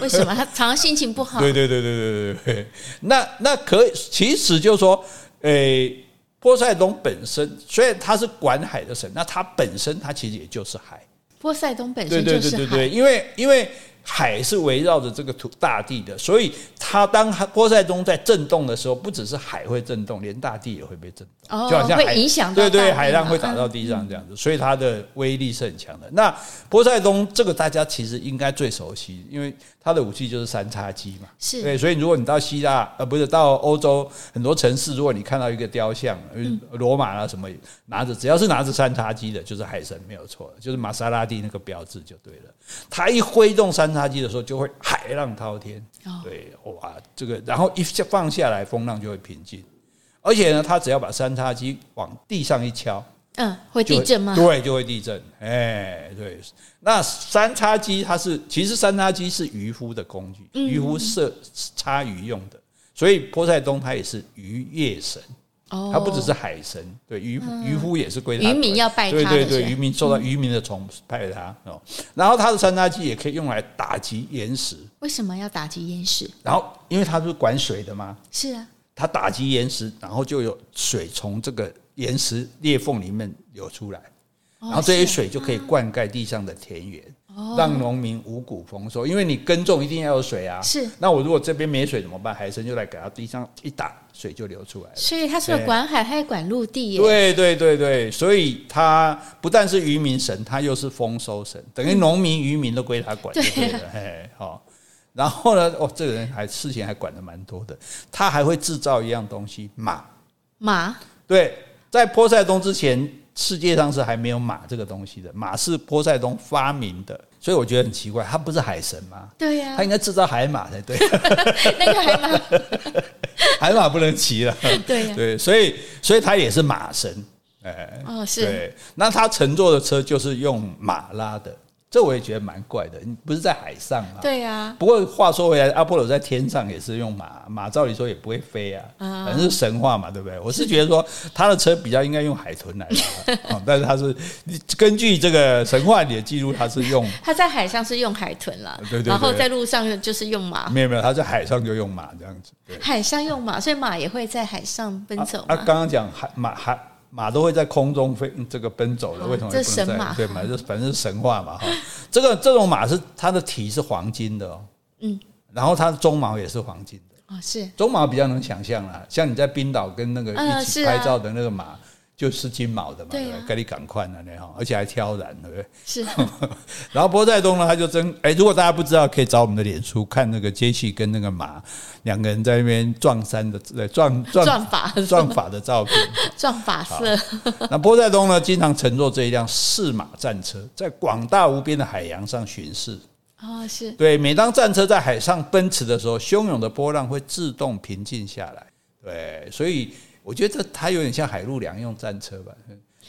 Speaker 2: 为什么它常常心情不好？
Speaker 1: 对对对对对对对。那那可以，其实就是说，诶、波塞冬本身虽然他是管海的神，那他本身他其实也就是海，
Speaker 2: 波塞冬本
Speaker 1: 对
Speaker 2: 身
Speaker 1: 对
Speaker 2: 就
Speaker 1: 对
Speaker 2: 是海，
Speaker 1: 对对，因为因为海是围绕着这个土大地的，所以它当它波塞冬在震动的时候，不只是海会震动，连大地也会被震动，
Speaker 2: 哦
Speaker 1: 就好像海
Speaker 2: 会影响到
Speaker 1: 对对，
Speaker 2: 大地嗯
Speaker 1: 海浪
Speaker 2: 嘛
Speaker 1: 会打到地上这样子，所以它的威力是很强的。那波塞冬这个大家其实应该最熟悉，因为它的武器就是三叉戟嘛，
Speaker 2: 是
Speaker 1: 对，所以如果你到希腊呃不是到欧洲很多城市，如果你看到一个雕像，
Speaker 2: 嗯
Speaker 1: 呃罗马啊什么拿着，只要是拿着三叉戟的，就是海神没有错，就是玛莎拉蒂那个标志就对了。他一挥动三叉戟的时候，就会海浪滔天，
Speaker 2: 哦
Speaker 1: 对，哇，这个然后一下放下来，风浪就会平静。而且呢，他只要把三叉戟往地上一敲，
Speaker 2: 嗯，会
Speaker 1: 就
Speaker 2: 地
Speaker 1: 会
Speaker 2: 震吗？
Speaker 1: 对，就会地震。哎，对，那三叉戟它是其实三叉戟是渔夫的工具，
Speaker 2: 嗯
Speaker 1: 渔夫射叉鱼用的，所以波塞冬他也是渔业神。
Speaker 2: 哦，嗯
Speaker 1: 他不只是海神，对渔渔夫也是归他
Speaker 2: 渔
Speaker 1: 管。
Speaker 2: 民要拜
Speaker 1: 对
Speaker 2: 他
Speaker 1: 对
Speaker 2: 的嗯
Speaker 1: 对，
Speaker 2: 是
Speaker 1: 渔民受到渔民的崇拜他哦。然后他的三叉戟也可以用来打击岩石，
Speaker 2: 为什么要打击岩石？
Speaker 1: 然后因为它是管水的嘛，
Speaker 2: 是啊，
Speaker 1: 它打击岩石，然后就有水从这个岩石裂缝里面流出来，
Speaker 2: 哦
Speaker 1: 然后这些
Speaker 2: 是嗯哦
Speaker 1: 水就可以灌溉地上的田园，让农民五谷丰收。因为你耕种一定要有水啊。
Speaker 2: 是
Speaker 1: 那我如果这边没水怎么办？海参就来给它地上一打，水就流出来了。
Speaker 2: 所以他除了管海，他也管陆地耶。
Speaker 1: 对对对对，所以他不但是渔民神，他又是丰收神，等
Speaker 2: 嗯
Speaker 1: 于农民、渔民都归他管就对 了。嘿，好、然后呢，哦，这个人还事情还管的蛮多的，他还会制造一样东西马。
Speaker 2: 马
Speaker 1: 对，在波塞冬之前，世界上是还没有马这个东西的，马是波塞冬发明的。所以我觉得很奇怪，他不是海神吗？
Speaker 2: 对呀、
Speaker 1: 他应该制造海马才对，
Speaker 2: 那个海 马，
Speaker 1: 海马不能骑了。
Speaker 2: 对呀、
Speaker 1: 对，所以所以他也是马神，哎，
Speaker 2: 哦是，
Speaker 1: 对。那他乘坐的车就是用马拉的，这我也觉得蛮怪的。你不是在海上啊吗？
Speaker 2: 对呀、
Speaker 1: 不过话说回来，阿波罗在天上也是用马，马照理说也不会飞啊，
Speaker 2: 啊
Speaker 1: 反正是神话嘛，对不对？我是觉得说他的车比较应该用海豚来拉， 哦但是他是根据这个神话里的记录，他是用
Speaker 2: 他在海上是用海豚啦，
Speaker 1: 对对对
Speaker 2: 然后在路上就是用马，
Speaker 1: 没有没有，他在海上就用马这样子。对，
Speaker 2: 海上用马，所以马也会在海上奔走
Speaker 1: 啊，
Speaker 2: 嘛。
Speaker 1: 啊刚刚讲海马海马都会在空中飞，嗯这个奔走的，
Speaker 2: 啊
Speaker 1: 为什么
Speaker 2: 这
Speaker 1: 也不能
Speaker 2: 神
Speaker 1: 在
Speaker 2: 马？
Speaker 1: 对嘛，就反正是神话嘛哈。这个这种马是它的蹄是黄金的哦，
Speaker 2: 嗯，
Speaker 1: 然后它的鬃毛也是黄金的，
Speaker 2: 哦，是
Speaker 1: 鬃毛比较能想象啦，像你在冰岛跟那个
Speaker 2: 嗯
Speaker 1: 一
Speaker 2: 是
Speaker 1: 起
Speaker 2: 啊
Speaker 1: 拍照的那个马。就是金毛的嘛，
Speaker 2: 对啊
Speaker 1: 不该你赶快了呢哈，而且还挑染，对不 对？
Speaker 2: 是，
Speaker 1: 然后波塞冬呢，他就真哎，如果大家不知道，可以找我们的脸书看那个杰西跟那个马两个人在那边撞山的，呃撞撞
Speaker 2: 转法
Speaker 1: 撞法的照片。
Speaker 2: 撞法色，
Speaker 1: 那波塞冬呢，经常乘坐这一辆四马战车，在广大无边的海洋上巡视。
Speaker 2: 哦，是
Speaker 1: 对，每当战车在海上奔驰的时候，汹涌的波浪会自动平静下来。对，所以我觉得它有点像海陆两用战车吧，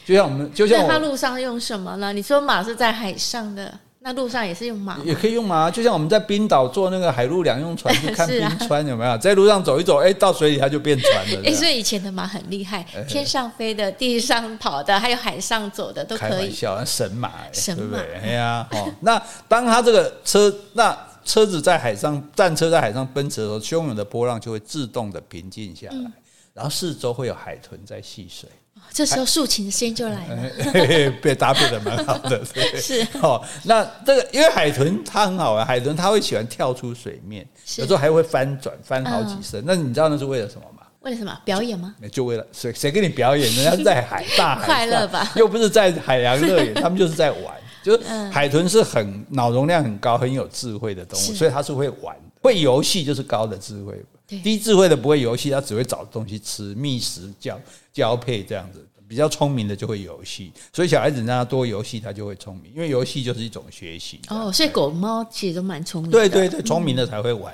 Speaker 1: 就像我们，就像
Speaker 2: 那
Speaker 1: 我
Speaker 2: 它路上用什么呢？你说马是在海上的，那路上也是用马吗，
Speaker 1: 也可以用嘛，就像我们在冰岛坐那个海陆两用船去看
Speaker 2: 是啊
Speaker 1: 冰川，有没有？在路上走一走，哎、到水里它就变船了。
Speaker 2: 哎、
Speaker 1: 这样
Speaker 2: 所以以前的马很厉害
Speaker 1: 哎，
Speaker 2: 天上飞的、地上跑的，还有海上走的都
Speaker 1: 开
Speaker 2: 可
Speaker 1: 玩
Speaker 2: 以。
Speaker 1: 笑，那神马、欸，
Speaker 2: 神马
Speaker 1: 对不对？哎呀、哦，那当他这个车，那车子在海上，战车在海上奔驰的时候，汹涌的波浪就会自动的平静下来，
Speaker 2: 嗯
Speaker 1: 然后四周会有海豚在戏水，
Speaker 2: 这时候竖琴的声音就来
Speaker 1: 哎
Speaker 2: 了，
Speaker 1: 嘿嘿被搭配的蛮好 的，对。
Speaker 2: 是
Speaker 1: 哦，那这个因为海豚它很好玩，海豚它会喜欢跳出水面，
Speaker 2: 是嗯
Speaker 1: 有时候还会翻转翻好几身。那你知道那是为了什么吗？
Speaker 2: 为了什么？表演吗？
Speaker 1: 就为了谁谁给你表演？人家是在海大海上
Speaker 2: 快乐吧嗯
Speaker 1: 又不是在海洋乐 园，他们就是在玩。就是海豚是很脑容量很高、很有智慧的动物，
Speaker 2: 是
Speaker 1: 所以它是会玩、会游戏，就是高的智慧
Speaker 2: 对。
Speaker 1: 低智慧的不会游戏，它只会找东西吃、觅食、交交配这样子。比较聪明的就会游戏，所以小孩子让他多游戏，他就会聪明，因为游戏就是一种学习。
Speaker 2: 哦，所以狗猫其实都蛮聪明的。嗯
Speaker 1: 对对对，聪明的才会玩。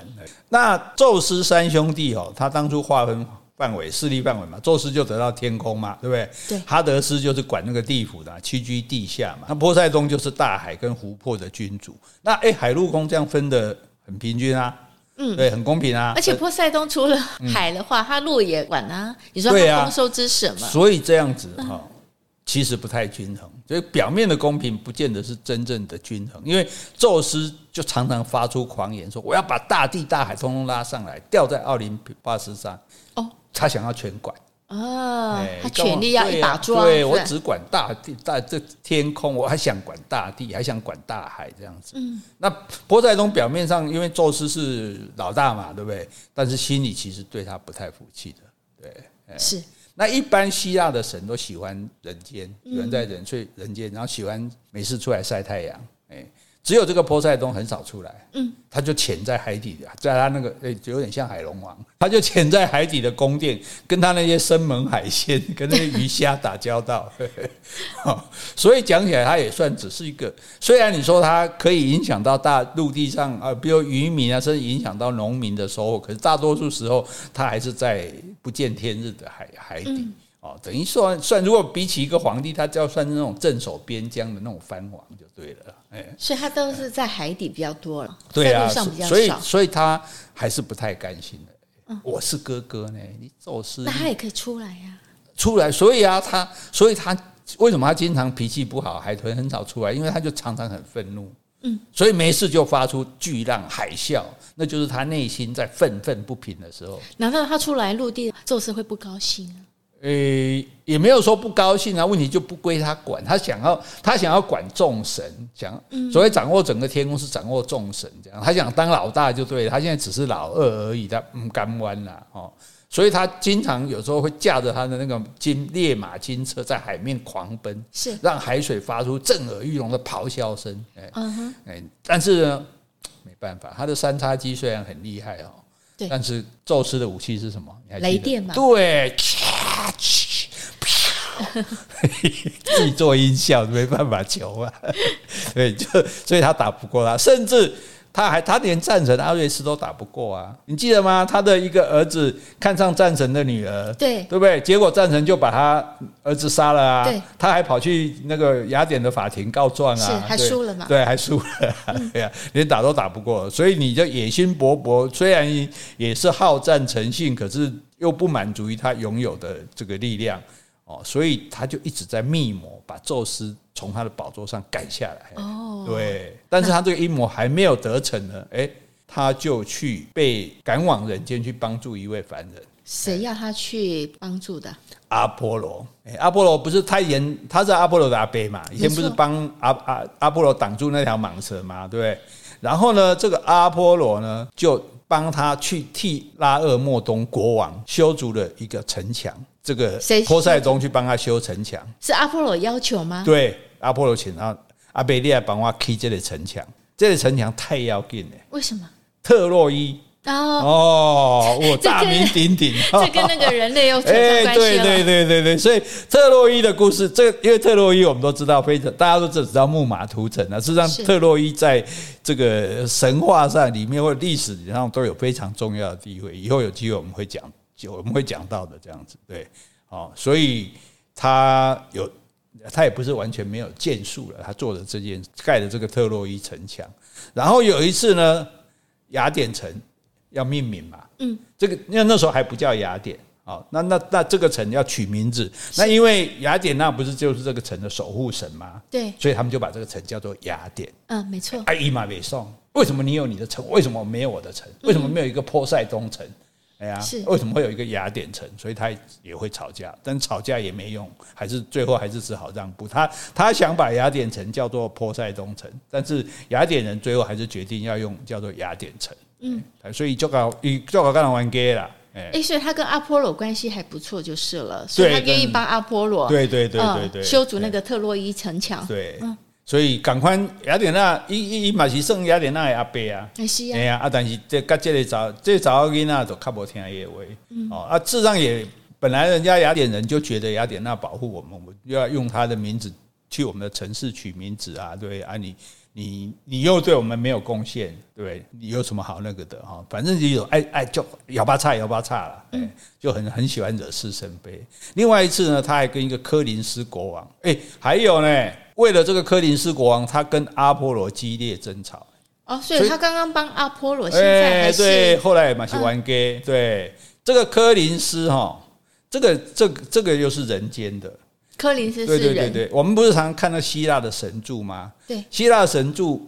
Speaker 1: 那宙斯三兄弟哦，他当初划分范围，势力范围嘛，宙斯就得到天空嘛，对不对？
Speaker 2: 对
Speaker 1: 哈德斯就是管那个地府的，栖居地下嘛。那波塞冬就是大海跟湖泊的君主。那哎，海陆空这样分的很平均啊，嗯，对，很公平啊。
Speaker 2: 而且波塞冬除了海的话，它路也管啊。你说
Speaker 1: 嗯对
Speaker 2: 它
Speaker 1: 啊
Speaker 2: 丰收之神嘛？
Speaker 1: 所以这样子哈、其实不太均衡。所以表面的公平不见得是真正的均衡，因为宙斯就常常发出狂言说：“我要把大地大海通通拉上来，吊在奥林匹巴斯山。”
Speaker 2: 哦，
Speaker 1: 他想要全管，
Speaker 2: 啊
Speaker 1: 哎，
Speaker 2: 它
Speaker 1: 干嘛
Speaker 2: 权力要
Speaker 1: 对啊
Speaker 2: 一把抓，
Speaker 1: 对
Speaker 2: 是吧
Speaker 1: 我只管大地大这天空，我还想管大地，还想管大海这样子。嗯，那波塞冬表面上因为宙斯是老大嘛，对不对？但是心里其实对他不太服气的。
Speaker 2: 是
Speaker 1: 那一般希腊的神都喜欢人间，喜欢在人睡人间，然后喜欢没事出来晒太阳。哎，只有这个波塞冬很少出来，嗯，他就潜在海底的，在他那个哎，有点像海龙王， 他就潜在海底的宫殿，跟他那些生猛海鲜、跟那些鱼虾打交道。 嘿嘿哦所以讲起来，他也算只是一个，虽然你说它可以影响到大陆地上啊，比如渔民啊，甚至影响到农民的收获，可是大多数时候它还是在不见天日的海海底。
Speaker 2: 嗯
Speaker 1: 哦，等于算算，如果比起一个皇帝，他就要算是那种镇守边疆的那种藩王就对了，哎、
Speaker 2: 所以它都是在海底比较多了，
Speaker 1: 对
Speaker 2: 在
Speaker 1: 啊，
Speaker 2: 路上比较
Speaker 1: 所以
Speaker 2: 少。嗯
Speaker 1: 所以他还是不太甘心的。我是哥哥呢，你宙斯
Speaker 2: 那它也可以出来呀，
Speaker 1: 出来，所以啊，他所以他为什么他经常脾气不好，海豚很少出来，因为他就常常很愤怒，嗯，所以没事就发出巨浪、海啸，那就是他内心在愤愤不平的时候。
Speaker 2: 难道它出来陆地，宙斯会不高兴啊？
Speaker 1: 诶、呃也没有说不高兴啊，问题就不归他管，他想要他想要管众神，想所谓掌握整个天空是掌握众神这样，他想当老大就对了，他现在只是老二而已，他嗯甘弯啦哦，所以他经常有时候会驾着他的那个金烈马金车在海面狂奔，
Speaker 2: 是，
Speaker 1: 让海水发出震耳欲聋的咆哮声，哎
Speaker 2: 嗯哼，
Speaker 1: 哎，但是呢，没办法，他的三叉戟虽然很厉害哦，
Speaker 2: 对
Speaker 1: 但是宙斯的武器是什么？你还记得
Speaker 2: 雷电嘛
Speaker 1: 对，啪啪自己做音效没办法求啊，对，就所以他打不过他，甚至他还他连战神阿瑞斯都打不过啊，你记得吗？他的一个儿子看上战神的女儿，
Speaker 2: 对，
Speaker 1: 对不对？结果战神就把他儿子杀了啊
Speaker 2: 对，
Speaker 1: 他还跑去那个雅典的法庭告状啊，
Speaker 2: 是还
Speaker 1: 对
Speaker 2: 输了嘛嗯
Speaker 1: 对，还输了啊、 对呀、连打都打不过，所以你就野心勃勃，虽然也是好战成性，可是又不满足于他拥有的这个力量哦，所以他就一直在密谋把宙斯从他的宝座上赶下来。
Speaker 2: 哦，
Speaker 1: 对，但是他这个阴谋还没有得逞呢，哎，他就去被赶往人间去帮助一位凡人。
Speaker 2: 谁要他去帮助的？
Speaker 1: 阿波罗，哎阿波罗不是太严，他是阿波罗的阿伯嘛，以前不是帮阿阿阿波罗挡住那条蟒蛇嘛，对不对？然后呢，这个阿波罗呢，就帮他去替拉厄莫东国王修筑了一个城墙，这个
Speaker 2: 谁啊
Speaker 1: 波塞冬去帮他修城墙，
Speaker 2: 是阿波罗要求吗？
Speaker 1: 对，阿波罗请他阿贝利亚帮我砌这个城墙，这个城墙太要紧了，
Speaker 2: 为什么？
Speaker 1: 特洛伊
Speaker 2: 哦，
Speaker 1: 哦，我大名鼎鼎，
Speaker 2: 这跟那个人类又扯上
Speaker 1: 哎、
Speaker 2: 关系啊
Speaker 1: 对
Speaker 2: 了。
Speaker 1: 对对对对，所以特洛伊的故事，这个因为特洛伊我们都知道，非常大家都只知道木马屠城啊，事实上
Speaker 2: 是
Speaker 1: 特洛伊在这个神话上里面或历史上都有非常重要的地位，以后有机会我们会讲，就我们会讲到的这样子，对，哦，所以他有。他也不是完全没有建树了，他做的这件盖的这个特洛伊城墙，然后有一次呢，雅典城要命名嘛，嗯，这个因为那时候还不叫雅典。哦，那那那这个城要取名字，那因为雅典娜不是就是这个城的守护神吗？
Speaker 2: 对
Speaker 1: 所以他们就把这个城叫做雅典。
Speaker 2: 嗯，没错，
Speaker 1: 哎，伊马北宋，为什么你有你的城？为什么我没有我的城？为什么没有一个波塞冬城？哎呀
Speaker 2: 是，
Speaker 1: 为什么会有一个雅典城？所以他也会吵架，但吵架也没用，还是最后还是只好让步。他他想把雅典城叫做波塞冬城，但是雅典人最后还是决定要用叫做雅典城。嗯，所以就搞以就搞干了玩 gay 啦。哎，
Speaker 2: 哎，所以他跟阿波罗关系还不错就是了，所以他
Speaker 1: 对
Speaker 2: 愿意
Speaker 1: 跟
Speaker 2: 帮阿波罗，
Speaker 1: 对对对
Speaker 2: 嗯
Speaker 1: 对对，
Speaker 2: 修筑那个特洛伊城墙。
Speaker 1: 对，所以赶快雅典娜，伊伊伊嘛是算雅典娜的阿伯啊。
Speaker 2: 哎，是
Speaker 1: 哎
Speaker 2: 呀，
Speaker 1: 呀，啊，但是这跟这个早这早某囡仔都较无听伊的话，哦，啊，事实上也本来人家雅典人就觉得雅典娜保护我们，我们又要用她的名字去我们的城市取名字啊，对啊你。你你又对我们没有贡献，对不对你有什么好那个的哈？反正就有爱爱就摇八叉摇八叉了，哎、就很很喜欢惹是生非。另外一次呢，他还跟一个科林斯国王，哎、还有呢，为了这个科林斯国王，他跟阿波罗激烈争吵，
Speaker 2: 哦，
Speaker 1: 所
Speaker 2: 所以
Speaker 1: 以
Speaker 2: 他刚刚帮阿波罗，现在
Speaker 1: 哎，
Speaker 2: 还
Speaker 1: 对，
Speaker 2: 是嗯
Speaker 1: 后来也蛮喜欢 gay、对，这个柯林斯哈，这个这个这个又是人间的，
Speaker 2: 柯林斯
Speaker 1: 对
Speaker 2: 是
Speaker 1: 对对
Speaker 2: 人，
Speaker 1: 对。我们不是常看到希腊的神柱吗？
Speaker 2: 对，
Speaker 1: 希腊神柱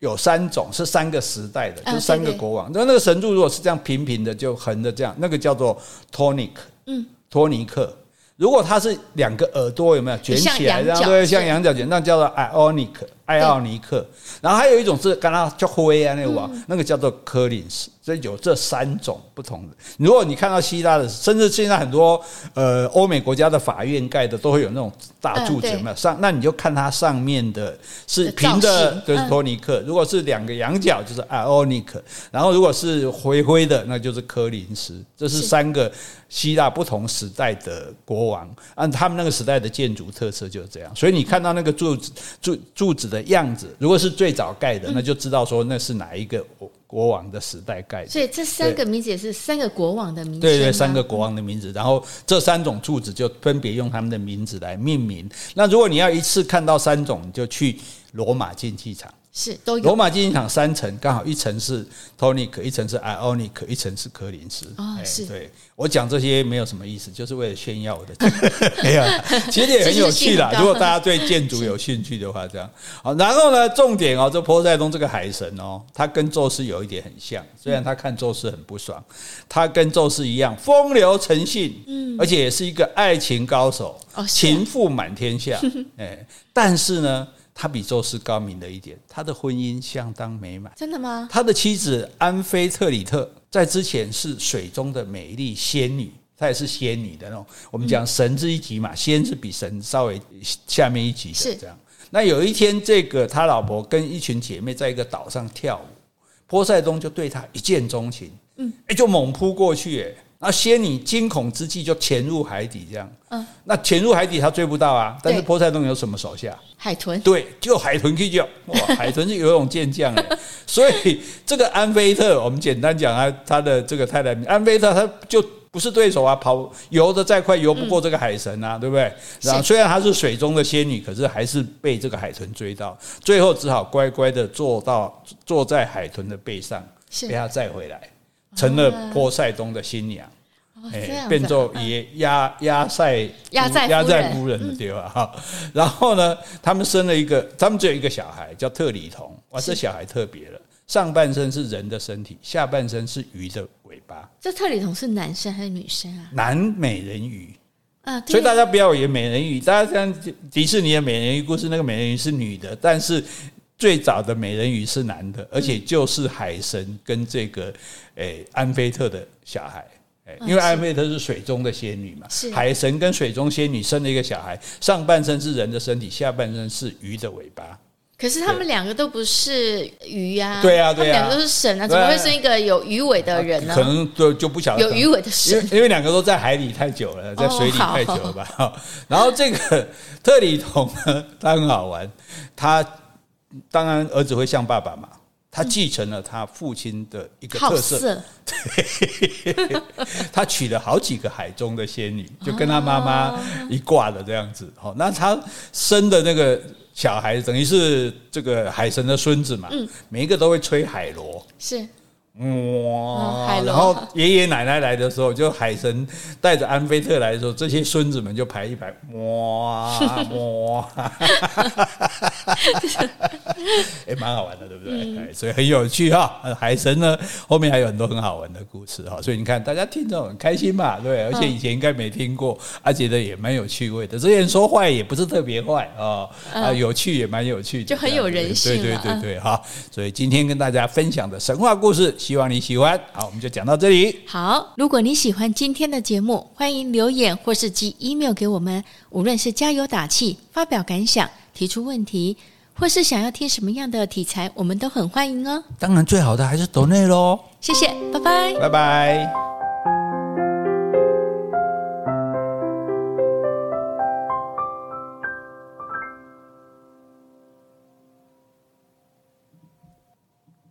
Speaker 1: 有三种，是三个时代的，
Speaker 2: 啊
Speaker 1: 就是三
Speaker 2: 对
Speaker 1: 个
Speaker 2: 对
Speaker 1: 国王。那、那个神柱如果是这样平平的，就横的这样，那个叫做托尼克，
Speaker 2: 嗯，
Speaker 1: 托尼克。如果它是两个耳朵有没有卷
Speaker 2: 像
Speaker 1: 起来，
Speaker 2: 羊
Speaker 1: 这样
Speaker 2: 角
Speaker 1: 对，
Speaker 2: 是
Speaker 1: 像羊角卷，那叫做 ionic 艾奥尼克。然后还有一种是刚刚叫灰啊那个
Speaker 2: 嗯
Speaker 1: 王，那个叫做柯林斯。所以有这三种不同的。如果你看到希腊的，甚至现在很多呃欧美国家的法院盖的都会有那种大
Speaker 2: 嗯
Speaker 1: 柱子，
Speaker 2: 对
Speaker 1: 有没有上？那你就看它上面的是
Speaker 2: 的
Speaker 1: 平
Speaker 2: 造
Speaker 1: 的
Speaker 2: 型，
Speaker 1: 就是
Speaker 2: 嗯
Speaker 1: 托尼克；如果是两个羊角，就是 ionic；然后如果是灰灰的，那就是柯林斯。这是
Speaker 2: 是
Speaker 1: 三个希腊不同时代的国王，按他们那个时代的建筑特色就是这样。所以你看到那个柱子柱柱子的样子，如果是最早盖的，那就知道说那是哪一个国国王的时代盖的。
Speaker 2: 所以这三个名字也是三个国王的名称吗，
Speaker 1: 对对，三个国王的名字，然后这三种柱子就分别用他们的名字来命名。那如果你要一次看到三种，你就去罗马竞技场。
Speaker 2: 是都有
Speaker 1: 罗马竞技场三层，刚好一层是 Tonic，一层是 Ionic，一层是科林斯。
Speaker 2: 哦
Speaker 1: 哎
Speaker 2: 是
Speaker 1: 对我讲这些没有什么意思，就是为了炫耀我的 技能。没有啦，其实也很有趣啦
Speaker 2: 这就是兴趣。高
Speaker 1: 如果大家对建筑有兴趣的话，这样好。然后呢，重点哦，这波塞冬这个海神哦，他跟宙斯有一点很像，虽然他看宙斯很不爽，他跟宙斯一样风流成性，嗯，而且也是一个爱情高手，
Speaker 2: 哦是啊
Speaker 1: 情妇满天 下，哎，但是呢，他比宙斯高明了一点，他的婚姻相当美满。
Speaker 2: 真的吗？
Speaker 1: 他的妻子安菲特里特在之前是水中的美丽仙女，她也是仙女的那种。我们讲神是一级嘛，仙是比神稍微下面一级
Speaker 2: 是
Speaker 1: 的这样。那有一天，这个他老婆跟一群姐妹在一个岛上跳舞，波塞冬就对她一见钟情，嗯，就猛扑过去，哎，啊，些你惊恐之际就潜入海底，这样。
Speaker 2: 嗯，
Speaker 1: 那潜入海底他追不到啊，但是
Speaker 2: 对
Speaker 1: 波塞冬有什么手下？
Speaker 2: 海豚
Speaker 1: 对，就海豚去救。哇，海豚是游泳健将哎， 所以这个安菲特，我们简单讲他他的这个太太，安菲特他就。不是对手啊，跑游得再快，游不过这个海神啊，对不对？
Speaker 2: 是
Speaker 1: 然后虽然她是水中的仙女，可是还是被这个海豚追到，最后只好乖乖的坐到坐在海豚的背上，
Speaker 2: 是
Speaker 1: 被他载回来，成了波塞冬的新娘。
Speaker 2: 哦，
Speaker 1: 哎
Speaker 2: 这样子啊
Speaker 1: 变作
Speaker 2: 嗯
Speaker 1: 也压压塞嗯
Speaker 2: 压寨夫人嗯
Speaker 1: 压寨夫人的地方哈。然后呢，他们生了一个，他们只有一个小孩叫特里同，哇，
Speaker 2: 是
Speaker 1: 这小孩特别了，上半身是人的身体，下半身是鱼的尾巴，
Speaker 2: 这特里同是男生还是女生啊？
Speaker 1: 南美人鱼。
Speaker 2: 啊，对
Speaker 1: 所以大家不要以为美人鱼，大家像迪士尼的美人鱼故事，那个美人鱼是女的，但是最早的美人鱼是男
Speaker 2: 嗯
Speaker 1: 的，而且就是海神跟这个诶、安菲特的小孩。诶
Speaker 2: 嗯
Speaker 1: 因为安
Speaker 2: 是
Speaker 1: 菲特是水中的仙女嘛
Speaker 2: 是，
Speaker 1: 海神跟水中仙女生了一个小孩，上半身是人的身体，下半身是鱼的尾巴。
Speaker 2: 可是他们两个都不是鱼啊，
Speaker 1: 对啊
Speaker 2: 他们
Speaker 1: 对啊
Speaker 2: 两个都是神啊，
Speaker 1: 对
Speaker 2: 怎
Speaker 1: 啊
Speaker 2: 么会是一个有鱼尾的人呢
Speaker 1: 可？能就就不晓得
Speaker 2: 有鱼尾
Speaker 1: 因
Speaker 2: 的
Speaker 1: 为
Speaker 2: 神，
Speaker 1: 因为两个都在海里太久了，在水里太久了吧。然后这个特里同呢， 他很好玩，他当然儿子会像爸爸嘛，他继承了他父亲的一个
Speaker 2: 好
Speaker 1: 特色，
Speaker 2: 色，
Speaker 1: 他娶了好几个海中的仙女，就跟他妈妈一挂的这样子。好，那他生的那个小孩，等于是这个海神的孙子嘛，每一个都会吹海螺。
Speaker 2: 是
Speaker 1: 哇、
Speaker 2: 海螺
Speaker 1: 然后爷爷奶奶来的时候，就海神带着安菲特来的时候，这些孙子们就排一排，哇哇， 也哎蛮、好玩的，对不对？
Speaker 2: 嗯
Speaker 1: 哎所以很有趣哈、呃海神呢，后面还有很多很好玩的故事哈、所以你看，大家听着很开心嘛，对
Speaker 2: 嗯
Speaker 1: 不对，而且以前应该没听过，啊，觉得也蛮有趣味的。这些人说坏也不是特别坏啊、哦啊，有趣也蛮有趣的，
Speaker 2: 嗯就很有人性
Speaker 1: 对对
Speaker 2: 了
Speaker 1: 对
Speaker 2: 嗯
Speaker 1: 对哈、所以今天跟大家分享的神话故事，希望你喜欢。好，我们就讲到这里。
Speaker 2: 好，如果你喜欢今天的节目，欢迎留言或是寄 email 给我们。无论是加油打气、发表感想、提出问题，或是想要听什么样的题材，我们都很欢迎哦。
Speaker 1: 当然，最好的还是抖内喽，
Speaker 2: 谢谢，拜拜。
Speaker 1: 拜拜。